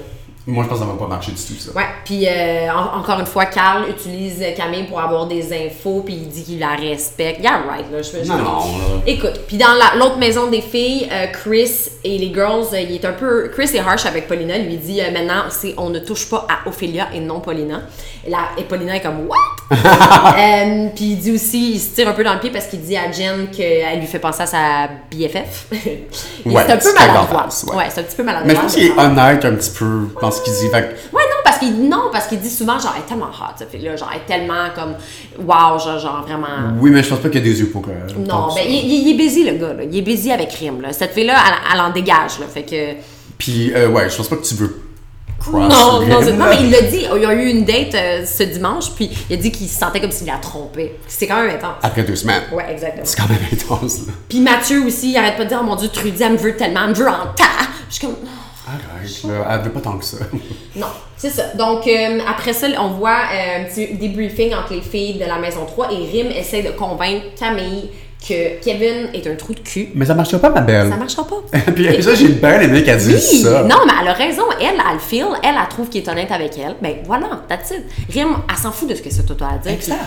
S3: Moi je pense que ça va pas marcher du tout ça.
S4: Ouais, puis euh, en- encore une fois, Carl utilise Camille pour avoir des infos, puis il dit qu'il la respecte. Yeah, right, là, je fais
S3: Non, non, là.
S4: Écoute, puis dans la- l'autre maison des filles, euh, Chris et les girls, euh, il est un peu. Chris est harsh avec Paulina, lui dit euh, maintenant, c'est on ne touche pas à Ophelia et non Paulina. Et, la, et Paulina est comme What? Euh, puis il dit aussi, il se tire un peu dans le pied parce qu'il dit à Jen qu'elle lui fait penser à sa BFF. Il-
S3: Ouais,
S4: c'est un peu
S3: c'est très
S4: maladroit.
S3: grand-face,
S4: Ouais,
S3: ouais.
S4: c'est un petit peu maladroit.
S3: Mais je pense
S4: mais
S3: qu'il est
S4: ça va.
S3: honnête un petit peu dans ce qu'il dit. Fait que-
S4: Ouais, non, parce qu'il non, parce qu'il dit souvent genre elle est tellement hot, cette fille-là, genre elle est tellement comme wow, genre, genre vraiment.
S3: Oui, mais je pense pas qu'il y a des yeux pour. euh,
S4: Non,
S3: pour ça.
S4: ben il, il- il est busy le gars, là. il est busy avec Rim. Là. Cette fille-là, elle, elle en dégage, là. fait que.
S3: Puis, euh, ouais, je pense pas que tu veux cross
S4: Non,
S3: him,
S4: non, c'est- non,
S3: là.
S4: mais il l'a dit, il y a eu une date euh, ce dimanche, puis il a dit qu'il se sentait comme s'il la trompait. C'est quand même intense.
S3: Après deux semaines.
S4: Ouais, exactement.
S3: C'est quand même intense, là.
S4: Puis Mathieu aussi, il arrête pas de dire, oh mon Dieu, Trudy, elle me veut tellement, elle me veut en tas. Je suis comme,
S3: Arrête, là. Elle veut pas tant que ça.
S4: Non, c'est ça. Donc, euh, après ça, on voit euh, un petit débriefing entre les filles de la maison 3 et Rim essaie de convaincre Camille que Kevin est un trou de cul.
S3: Mais ça marchera pas, ma belle.
S4: Ça marchera pas.
S3: Puis euh, ça, j'ai bien aimé qu'elle
S4: Oui,
S3: dise ça.
S4: non, mais elle a raison. Elle, elle le feel. Elle, elle trouve qu'il est honnête avec elle. Ben voilà, that's it. Rim, elle s'en fout de ce que c'est toi à dire.
S3: Exact.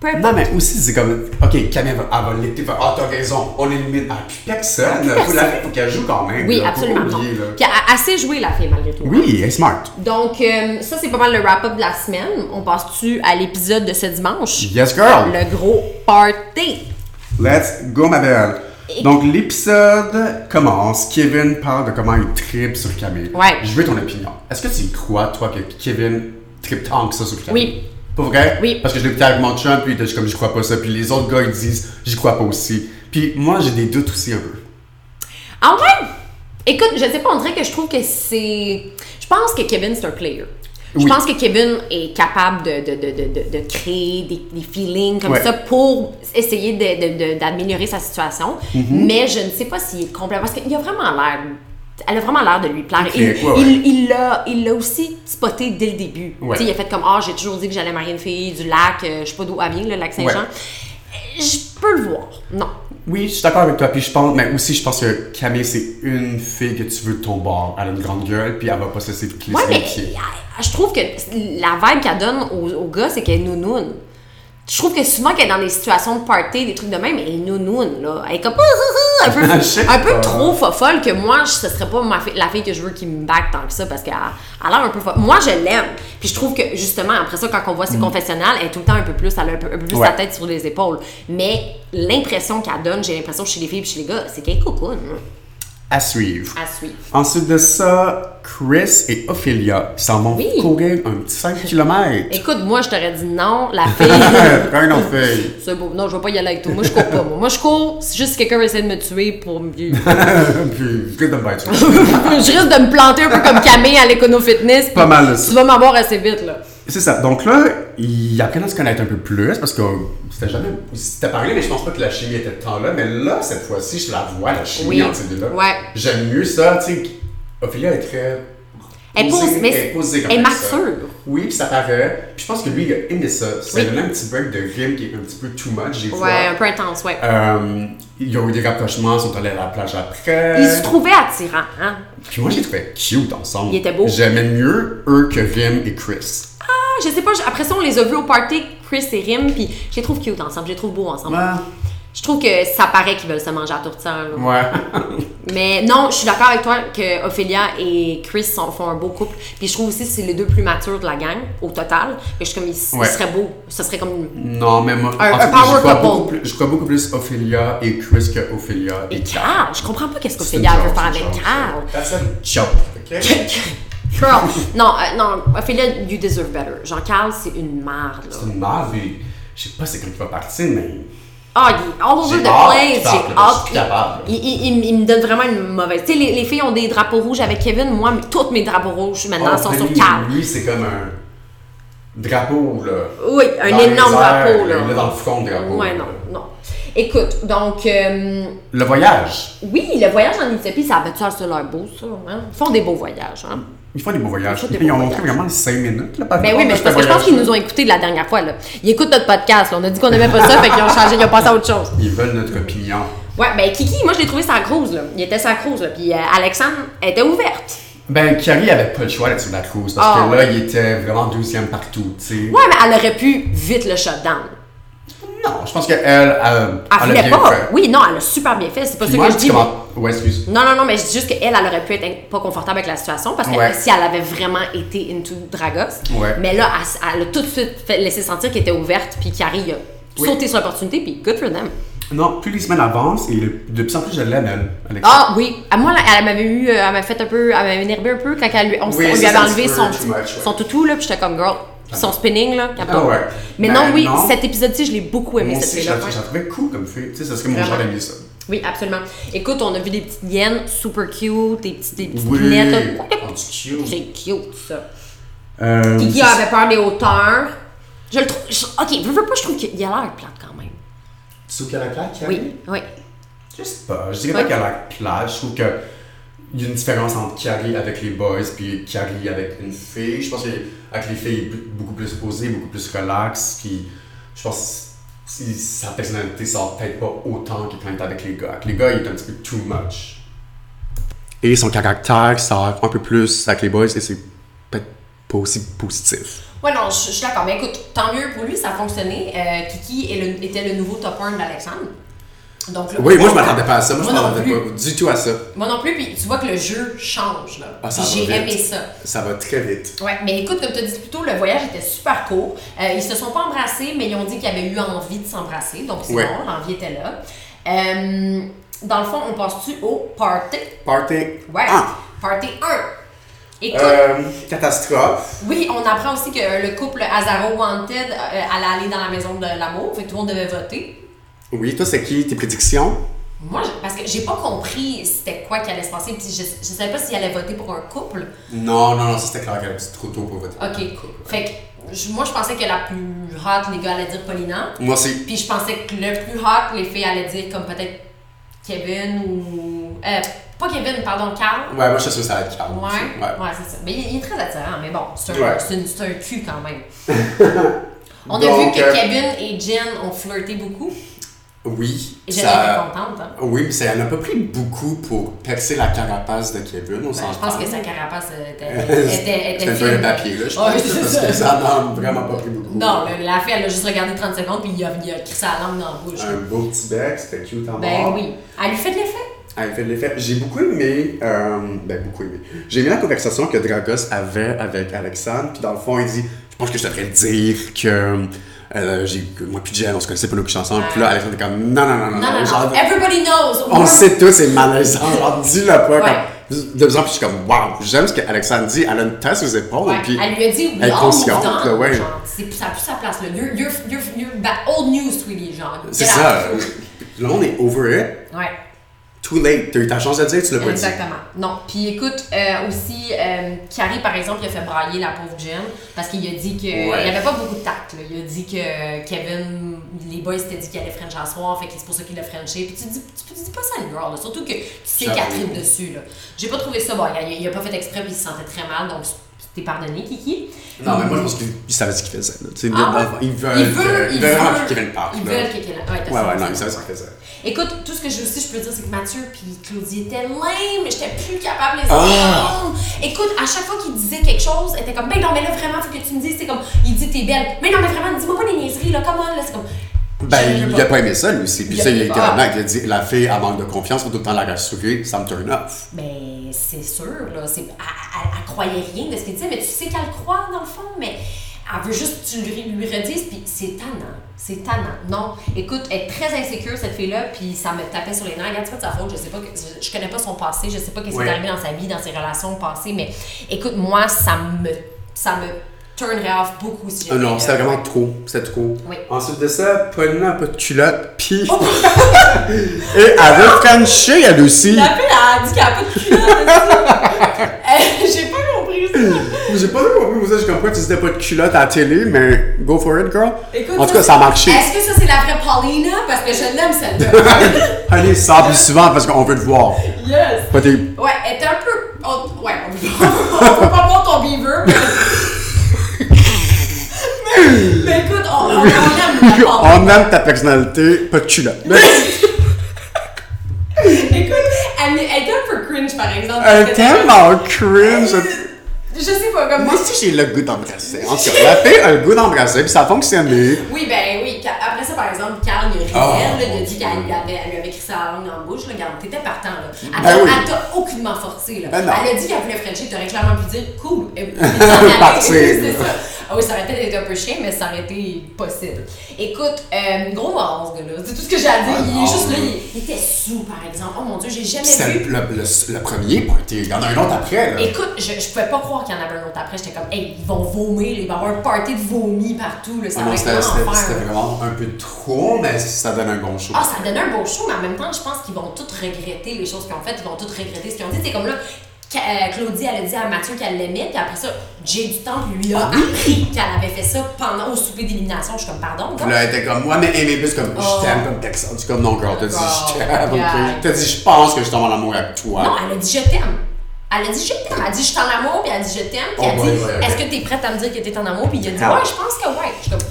S4: Peu importe.
S3: Non, mais aussi, c'est comme, OK, Camille, elle va- elle va l'été, faire, ah, t'as raison, on élimine à plus personne. Faut la faire, faut qu'elle joue quand même.
S4: Oui,
S3: là, faut pas
S4: absolument. non.
S3: oublier, là.
S4: Puis elle, elle sait jouer, la fille, malgré tout.
S3: Oui, elle est smart.
S4: Donc, euh, ça, c'est pas mal le wrap-up de la semaine. On passe-tu à l'épisode de ce dimanche?
S3: Yes, girl.
S4: Le gros party.
S3: Let's go, ma belle. Donc, l'épisode commence. Kevin parle de comment il tripe sur Camille.
S4: Ouais.
S3: Je veux ton opinion. Est-ce que tu y crois, toi, que Kevin tripe tant que ça sur Camille?
S4: Oui.
S3: Pour vrai?
S4: Oui.
S3: Parce que je l'ai écouté avec mon chum, puis il était comme, j'y crois pas ça. Puis les autres gars, ils disent, j'y crois pas aussi. Puis moi, j'ai des doutes aussi un peu.
S4: Ah ouais? Écoute, je sais pas, on dirait que je trouve que c'est. Je pense que Kevin, c'est un player. Je
S3: Oui.
S4: pense que Kevin est capable de, de, de, de, de- de créer des, des feelings comme
S3: Ouais.
S4: ça pour essayer de- de- de- d'améliorer sa situation.
S3: Mhm.
S4: Mais je ne sais pas s'il est complètement. Parce qu'il a vraiment l'air. Elle a vraiment l'air de lui plaire.
S3: Ok,
S4: Il
S3: ouais, ouais.
S4: il- il l'a il l'a aussi spoté dès le début.
S3: Ouais.
S4: Tu sais, Il a fait comme Ah, j'ai toujours dit que j'allais marier une fille du lac, euh, je sais pas d'où elle vient, le lac Saint-Jean. Euh, Je peux le voir. Non.
S3: Oui, je suis d'accord avec toi. Puis je pense, mais aussi, je pense que Camille, c'est une fille que tu veux de ton bord. Elle a une grande gueule, puis elle va pas se laisser
S4: Ouais,
S3: glisser
S4: mais
S3: les pieds.
S4: elle- je trouve que la vibe qu'elle donne aux, aux gars, c'est qu'elle est nounoune. Je trouve que souvent qu'elle est dans des situations de party, des trucs de même, elle est nounoune, là. Elle est comme un peu,
S3: Je sais
S4: un peu
S3: pas.
S4: trop fofolle que moi, je- ce serait pas ma fi- la fille que je veux qui me back tant que ça parce qu'elle elle a l'air un peu fofolle. Moi, je l'aime. Puis je trouve que, justement, après ça, quand on voit ses confessionnels, elle est tout le temps un peu plus, elle a un peu, un peu plus
S3: Mm. Ouais.
S4: sa tête sur les épaules. Mais l'impression qu'elle donne, j'ai l'impression chez les filles et chez les gars, c'est qu'elle est cocoon. hein.
S3: À suivre.
S4: À suivre.
S3: Ensuite de ça, Chris et Ophelia s'en vont
S4: Oui.
S3: courir un petit 5 km.
S4: Écoute, moi, je t'aurais dit non, la fille.
S3: Rien non fait.
S4: C'est beau. Non, je vais pas y aller avec toi. Moi, je cours pas. Moi, moi je cours. Si juste quelqu'un essaie de me tuer pour me. je
S3: Puis, que de bête.
S4: risque de me planter un peu comme Camille à l'Econo Fitness. puis
S3: Pas mal, ça.
S4: Tu vas m'avoir assez vite, là.
S3: C'est ça. Donc là, ils apprennent à se connaître un peu plus parce que c'était jamais. C'était parlé, mais je pense pas que la chimie était tant là. Mais là, cette fois-ci, je la vois, la chimie
S4: Oui.
S3: entre ces deux-là.
S4: Ouais.
S3: J'aime mieux ça. Tu sais, Ophélie est très
S4: Elle pose,
S3: posée-
S4: mais
S3: elle est posée comme
S4: elle est
S3: ça.
S4: mature.
S3: Oui, puis ça paraît. Puis je pense que lui, il a aimé ça. Ça
S4: Oui.
S3: a donné un petit break de rime qui est un petit peu too much, des fois.
S4: Ouais, un peu intense, ouais.
S3: Euh, il y a eu des rapprochements, ils sont allés à la plage après.
S4: Il se trouvait attirant, hein?
S3: Puis moi, j'ai trouvé cute ensemble.
S4: Ils étaient beaux.
S3: J'aimais mieux eux que Rim et Chris.
S4: Ah, je sais pas, j- après ça, on les a vus au party, Chris et Rim, puis je les trouve cute ensemble, je les trouve beaux ensemble.
S3: Ouais.
S4: Je trouve que ça paraît qu'ils veulent se manger à tourtière, là.
S3: Ouais.
S4: Mais non, je suis d'accord avec toi que Ophelia et Chris sont, font un beau couple. Puis je trouve aussi que c'est les deux plus matures de la gang, au total. Mais je suis comme, ils, ils
S3: Ouais.
S4: seraient beaux. Ce serait comme...
S3: non, mais moi,
S4: Un-
S3: en
S4: un
S3: tout cas,
S4: power
S3: je, crois
S4: couple.
S3: beaucoup plus, je crois beaucoup plus Ophelia et Chris que Ophelia et Carl.
S4: Ah, je comprends pas qu'est-ce
S3: C'est une
S4: qu'Ophelia veut
S3: joke,
S4: faire
S3: c'est
S4: avec
S3: une
S4: Carl.
S3: joke, c'est- That's a joke, ok?
S4: Girl, non, euh, non, Ophelia, you deserve better. Jean Carl, c'est une marde, là.
S3: C'est une merde, mais je sais pas c'est quand il va partir, mais...
S4: Ah, il est all
S3: J'ai
S4: over the
S3: hâte
S4: place. J'ai
S3: qu'il parte, là, je suis plus
S4: hâte.
S3: capable, là.
S4: Il, il- il- il me donne vraiment une mauvaise. Tu sais, les, les filles ont des drapeaux rouges avec Kevin. Moi, mes- toutes mes drapeaux rouges maintenant
S3: Oh,
S4: sont sur
S3: lui,
S4: Carl.
S3: Lui, c'est comme un drapeau, là.
S4: Oui, un
S3: Dans les
S4: énorme
S3: airs,
S4: drapeau, là.
S3: Il est dans le front, le drapeau.
S4: Ouais,
S3: là.
S4: non, non. Écoute, donc, euh,
S3: Le voyage.
S4: oui, le voyage en Éthiopie, c'est habituel sur leur beau, ça. Hein? Ils font des beaux voyages. Hein?
S3: Ils font des beaux voyages.
S4: Ils font des
S3: Ils ont
S4: beaux
S3: montré
S4: voyages.
S3: vraiment les 5 minutes, là, par
S4: Ben
S3: rapport,
S4: oui,
S3: là,
S4: mais
S3: ce
S4: parce que je pense qu'ils
S3: voyage-là.
S4: nous ont écoutés de la dernière fois. Là. Ils écoutent notre podcast. là. On a dit qu'on aimait pas ça, fait qu'ils ont changé, ils ont passé à autre chose.
S3: Ils veulent notre opinion.
S4: Ouais, ben Kiki, moi, je l'ai trouvé sa grosse. Là. Il était sa grosse. Là. Puis euh, Alexandre, elle était ouverte.
S3: Ben, Carrie avait pas le choix d'être sur la cruise parce
S4: Ah,
S3: que là, il était vraiment deuxième partout, tu sais.
S4: Ouais, mais elle aurait pu vite le shutdown.
S3: Non, je pense qu'elle, elle, elle,
S4: Elle
S3: a
S4: voulait
S3: bien
S4: pas.
S3: fait.
S4: Oui, non, elle a super bien fait. C'est pas ça
S3: Moi,
S4: que je
S3: je
S4: dis.
S3: comment... Ouais, excuse.
S4: Non, non, non, mais je dis juste qu'elle, elle aurait pu être in- pas confortable avec la situation parce que
S3: Ouais.
S4: si elle avait vraiment été into Dragos,
S3: Ouais.
S4: mais là, elle, s- elle a tout de suite fait- laissé sentir qu'elle était ouverte puis qu'Harry a
S3: Oui.
S4: sauté sur l'opportunité puis good for them.
S3: Non, plus les semaines avancent et le- de plus en plus, je l'aime, elle, Alexandre.
S4: Ah oui, à moi, là, elle m'avait eu, euh, elle m'a fait un peu, elle m'avait énervé un peu quand elle lui, on, s-
S3: Oui,
S4: on lui
S3: ça,
S4: avait
S3: c'est un
S4: enlevé
S3: petit
S4: son,
S3: peu too much, ouais.
S4: son toutou là puis j'étais comme girl, puis son spinning là. capable.
S3: Ah ouais.
S4: Mais
S3: Ben,
S4: non, oui,
S3: non.
S4: cet épisode-ci, je l'ai beaucoup aimé
S3: Moi
S4: cette
S3: aussi, je
S4: fille-là.
S3: la je
S4: ouais.
S3: la trouvais cool comme fille. Tu sais, c'est ce que mon
S4: Vraiment.
S3: genre aimait ça.
S4: Oui, absolument. Écoute, on a vu des petites hyènes super cute, des petites, des petites
S3: Oui.
S4: lunettes.
S3: Oh, c'est cute.
S4: C'est cute, ça.
S3: Euh,
S4: Kiki
S3: c'est-
S4: avait peur des hauteurs. Je le trouve. je- ok, veux, veux pas, je trouve qu'il a l'air plate quand même.
S3: Sous qu'elle a la plaque, Carrie?
S4: Oui, oui.
S3: Je sais pas. Je dirais pas
S4: Ouais.
S3: qu'elle a la plage. Je trouve que il y a une différence entre Carrie avec les boys puis Carrie avec une fille. Je pense qu'avec les filles, il est beaucoup plus posé, beaucoup plus relax. Puis je pense que si- sa personnalité sort peut-être pas autant que quand il est avec les gars. Avec les gars, il est un petit peu too much. Et son caractère sort un peu plus avec les boys et c'est peut-être pas aussi positif.
S4: Ouais, non, je, je suis d'accord. Mais écoute, tant mieux pour lui, ça a fonctionné. Euh, Kiki est le- était le nouveau top 1 d'Alexandre. Donc, là-
S3: Oui, moi je m'attendais pas à ça. Moi, je
S4: non
S3: m'attendais
S4: plus.
S3: pas du tout à ça.
S4: Moi non plus, puis tu vois que le jeu change, là.
S3: Ah, ça
S4: Puis
S3: va
S4: J'ai
S3: vite.
S4: aimé ça.
S3: Ça va très vite.
S4: Ouais, mais écoute, comme tu as dit plus tôt, le voyage était super court. Euh, ils se sont pas embrassés, mais ils ont dit qu'ils avaient eu envie de s'embrasser. Donc c'est
S3: Ouais.
S4: bon, l'envie était là. Euh, dans le fond, on passe-tu au party?
S3: Party.
S4: Ouais.
S3: Ah.
S4: Party 1. Écoute,
S3: Euh, catastrophe.
S4: oui, on apprend aussi que le couple Azaro Wanted euh, allait aller dans la maison de l'amour. Fait que tout le monde devait voter.
S3: Oui, toi, c'est qui tes prédictions?
S4: Moi, je- parce que j'ai pas compris c'était quoi qui allait se passer. Puis je, je savais pas s'ils allaient voter pour un couple.
S3: Non, non, non, ça c'était clair qu'elle était trop tôt pour voter.
S4: Ok, Fait que je- moi, je pensais que la plus hot, les gars allaient dire Paulina.
S3: Moi aussi.
S4: Puis je pensais que le plus hot, les filles allaient dire comme peut-être Kevin ou. euh, pas Kevin, pardon, Carl.
S3: Ouais, moi je suis sûr que ça va être calme.
S4: Ouais,
S3: aussi.
S4: ouais, c'est ça. Mais il, il est très attirant, mais bon, c'est un,
S3: Ouais.
S4: c'est une- c'est un cul quand même. On a vu
S3: Donc,
S4: que
S3: euh,
S4: Kevin et Jen ont flirté beaucoup.
S3: Oui.
S4: Et Jen
S3: ça-
S4: était contente. hein.
S3: Oui, mais ça elle a pas pris beaucoup pour percer la carapace de Kevin, on
S4: Ben,
S3: s'entend.
S4: je pense que sa carapace euh, était, était,
S3: C'était
S4: était
S3: un peu un
S4: fine.
S3: papier, là, je
S4: Ouais,
S3: pense.
S4: c'est
S3: parce
S4: ça.
S3: que ça n'a vraiment pas pris beaucoup.
S4: Non, le- la fille, elle a juste regardé 30 secondes, puis il a, il a crié sa langue dans la bouche.
S3: Un beau petit bec, c'était cute en
S4: ben
S3: mort.
S4: oui. Elle lui fait de l'effet.
S3: Elle fait de l'effet. J'ai beaucoup aimé, euh, ben beaucoup aimé. J'ai aimé la conversation que Dragos avait avec Alexandre, puis dans le fond, il dit, je pense que je devrais dire que euh, j'ai, que moi puis Jen, on se connaissait pas beaucoup ensemble, puis là, Alexandre est comme, non, non, non, non,
S4: Ah. Non, non, non.
S3: genre,
S4: Everybody knows.
S3: on
S4: We're-
S3: sait tous, c'est malaisant, genre, dis-le pas,
S4: Ouais.
S3: comme, de plus en plus, je suis comme, wow, j'aime ce qu'Alexandre dit, elle a une tasse aux épaules,
S4: Ouais,
S3: puis
S4: elle lui a dit oui,
S3: elle est
S4: on
S3: consciente,
S4: move on.
S3: là, ouais.
S4: Genre, c'est ça a plus sa place là. You're, you're, you're, you're ba- old news, sweetie, genre.
S3: c'est
S4: Get
S3: ça,
S4: out.
S3: le monde est over it,
S4: Ouais.
S3: Too late. T'as eu ta chance de le dire, tu l'as pas dit.
S4: Exactement. Non. Puis écoute, euh, aussi, euh, Carrie, par exemple, il a fait brailler la pauvre Jen parce qu'il a dit que
S3: Ouais.
S4: il avait pas beaucoup de tact. là. Il a dit que Kevin, les boys s'étaient dit qu'il allait French en soir, fait que c'est pour ça qu'il l'a Frenché. Puis tu dis, tu, dis pas ça à une girl, là. surtout que tu sais
S3: Ça
S4: qu'elle
S3: arrive.
S4: tripe dessus. là. J'ai pas trouvé ça bon. Il a, il a pas fait exprès, puis il se sentait très mal, donc t'es pardonné, Kiki.
S3: Non, mais moi, je pense qu'il savait ce qu'il faisait. là. Tu sais,
S4: Ah ouais?
S3: ils veulent,
S4: Ils veulent-
S3: ils
S4: ils
S3: veulent vraiment
S4: veulent-
S3: qu'il y ait une part.
S4: Ils
S3: là.
S4: veulent qu'il y ait quelqu'un- Ouais, t'as
S3: Ouais,
S4: ça,
S3: ouais, non,
S4: ça.
S3: ils savaient ce qu'ils faisaient.
S4: Écoute, tout ce que je, aussi je peux dire, c'est que Mathieu puis Claudie étaient lame, j'étais plus capable de les
S3: Ah!
S4: entendre. Écoute, à chaque fois qu'il disait quelque chose, elle était comme, ben non, mais là, vraiment, faut que tu me dises, c'est comme, il dit, t'es belle. Mais non, mais vraiment, dis-moi pas des niaiseries, là, comment, là, c'est comme.
S3: Ben,
S4: je veux
S3: il a pas aimé ça, lui aussi. Puis
S4: Il a-
S3: ça, il a été
S4: Ah.
S3: honnête. Il a dit la fille, elle manque de confiance, faut tout le temps la rassurer, ça me turn Ah, off.
S4: Ben, c'est sûr, là, c'est, elle, elle- elle croyait rien de ce qu'il disait, mais tu sais qu'elle croit, dans le fond, mais elle veut juste que tu lui, lui redises, puis c'est tannant, c'est tannant. Non, écoute, elle est très insécure, cette fille-là, puis ça me tapait sur les nerfs. Regarde, c'est pas de sa faute, je sais pas, que- je- je connais pas son passé, je sais pas qu'est-ce qui
S3: Ouais.
S4: est arrivé dans sa vie, dans ses relations passées, mais écoute, moi, ça me, ça me turnerait off beaucoup si
S3: Ah
S4: j'étais... euh,
S3: non,
S4: là.
S3: c'était vraiment trop. C'était trop.
S4: Oui. Oh!
S3: Ensuite de ça, Paulina, un peu de culotte, pis. Et elle a Frenché, elle aussi.
S4: La fille, elle a dit qu'elle a pas de culotte, là-dessus. Euh, J'ai pas compris ça.
S3: J'ai pas trop compris, vous savez, je comprends que tu disais pas de culotte à la télé, mais go for it, girl.
S4: Écoute,
S3: en tout cas, ça a marché.
S4: Est-ce que ça, c'est la vraie Paulina? Parce que je l'aime, celle-là.
S3: Allez, sors plus souvent parce qu'on veut te voir.
S4: Yes!
S3: Pas tes.
S4: Ouais, elle était un peu. on- Ouais, on on peut pas voir ton beaver, mais. mais, mais écoute, on, on, on aime la part.
S3: On aime ta personnalité, pas de culotte. Mais-
S4: Écoute, elle, elle était un peu cringe par exemple.
S3: Elle
S4: parce
S3: est
S4: que-
S3: tellement cringe.
S4: Je sais pas, comme.
S3: Moi aussi, j'ai le goût d'embrasser. En tout cas, la fille a le goût d'embrasser, puis ça a fonctionné.
S4: Oui, ben oui. Ca- Après ça, par exemple, Carl, il a
S3: Ah,
S4: ri d'elle, là, il a
S3: mon
S4: dit
S3: Dieu.
S4: qu'elle lui avait, elle lui avait écrit sa langue dans la bouche. Là, regarde, t'étais partant. Là. Elle
S3: Ben
S4: t'a-
S3: oui.
S4: elle t'a aucunement forcé. Là.
S3: Ben non.
S4: elle a dit qu'elle voulait Frenchie, t'aurais clairement pu dire cool. et puis t'en aller.
S3: Partir.
S4: C'est ça. Ah oui, ça aurait peut-être été un peu chiant, mais ça aurait été possible. Écoute, euh, gros marron, ce gars-là. C'est tout ce que j'ai à dire.
S3: Ah
S4: il
S3: non.
S4: est juste là, il, il était sous, par exemple. Oh mon dieu, j'ai jamais
S3: C'était
S4: vu.
S3: le, le- le- le premier party. Il y en a un autre après, là.
S4: Écoute, je, je pouvais pas croire qu'il y en avait un autre après. J'étais comme, hey, ils vont vomir, là, il va y avoir un party de vomi partout. Là, ça
S3: Ah
S4: va
S3: non,
S4: être
S3: c'était c'était-
S4: l'enfer.
S3: c'était vraiment un peu trop, mais ça donne un bon show.
S4: Ah, ça donne un bon show, mais en même temps, je pense qu'ils vont tous regretter les choses qu'ils ont faites, ils vont tous regretter ce qu'ils ont dit. C'est comme là, Ca- euh, Claudie, elle a dit à Mathieu qu'elle l'aimait, puis après ça, Jay du temps lui a
S3: Ah
S4: appris qu'elle avait fait ça pendant au souper d'élimination. Je suis comme, pardon,
S3: Puis
S4: gars.
S3: là, elle était comme, ouais, mais aimé plus comme,
S4: Oh.
S3: je t'aime comme Texas. Tu comme, non, girl, t'as dit, je
S4: Oh,
S3: t'aime. ok?
S4: yeah.
S3: T'as dit, je pense que je tombe en amour avec toi.
S4: Non, elle a dit je t'aime. Elle a dit je t'aime. Elle a dit je suis en amour, puis elle a dit je t'aime, puis
S3: Oh,
S4: elle a
S3: ouais,
S4: dit
S3: ouais, ouais.
S4: est-ce que t'es prête à me dire que t'es en amour, puis il a dit
S3: Ah.
S4: ouais, je pense que ouais. Je suis comme,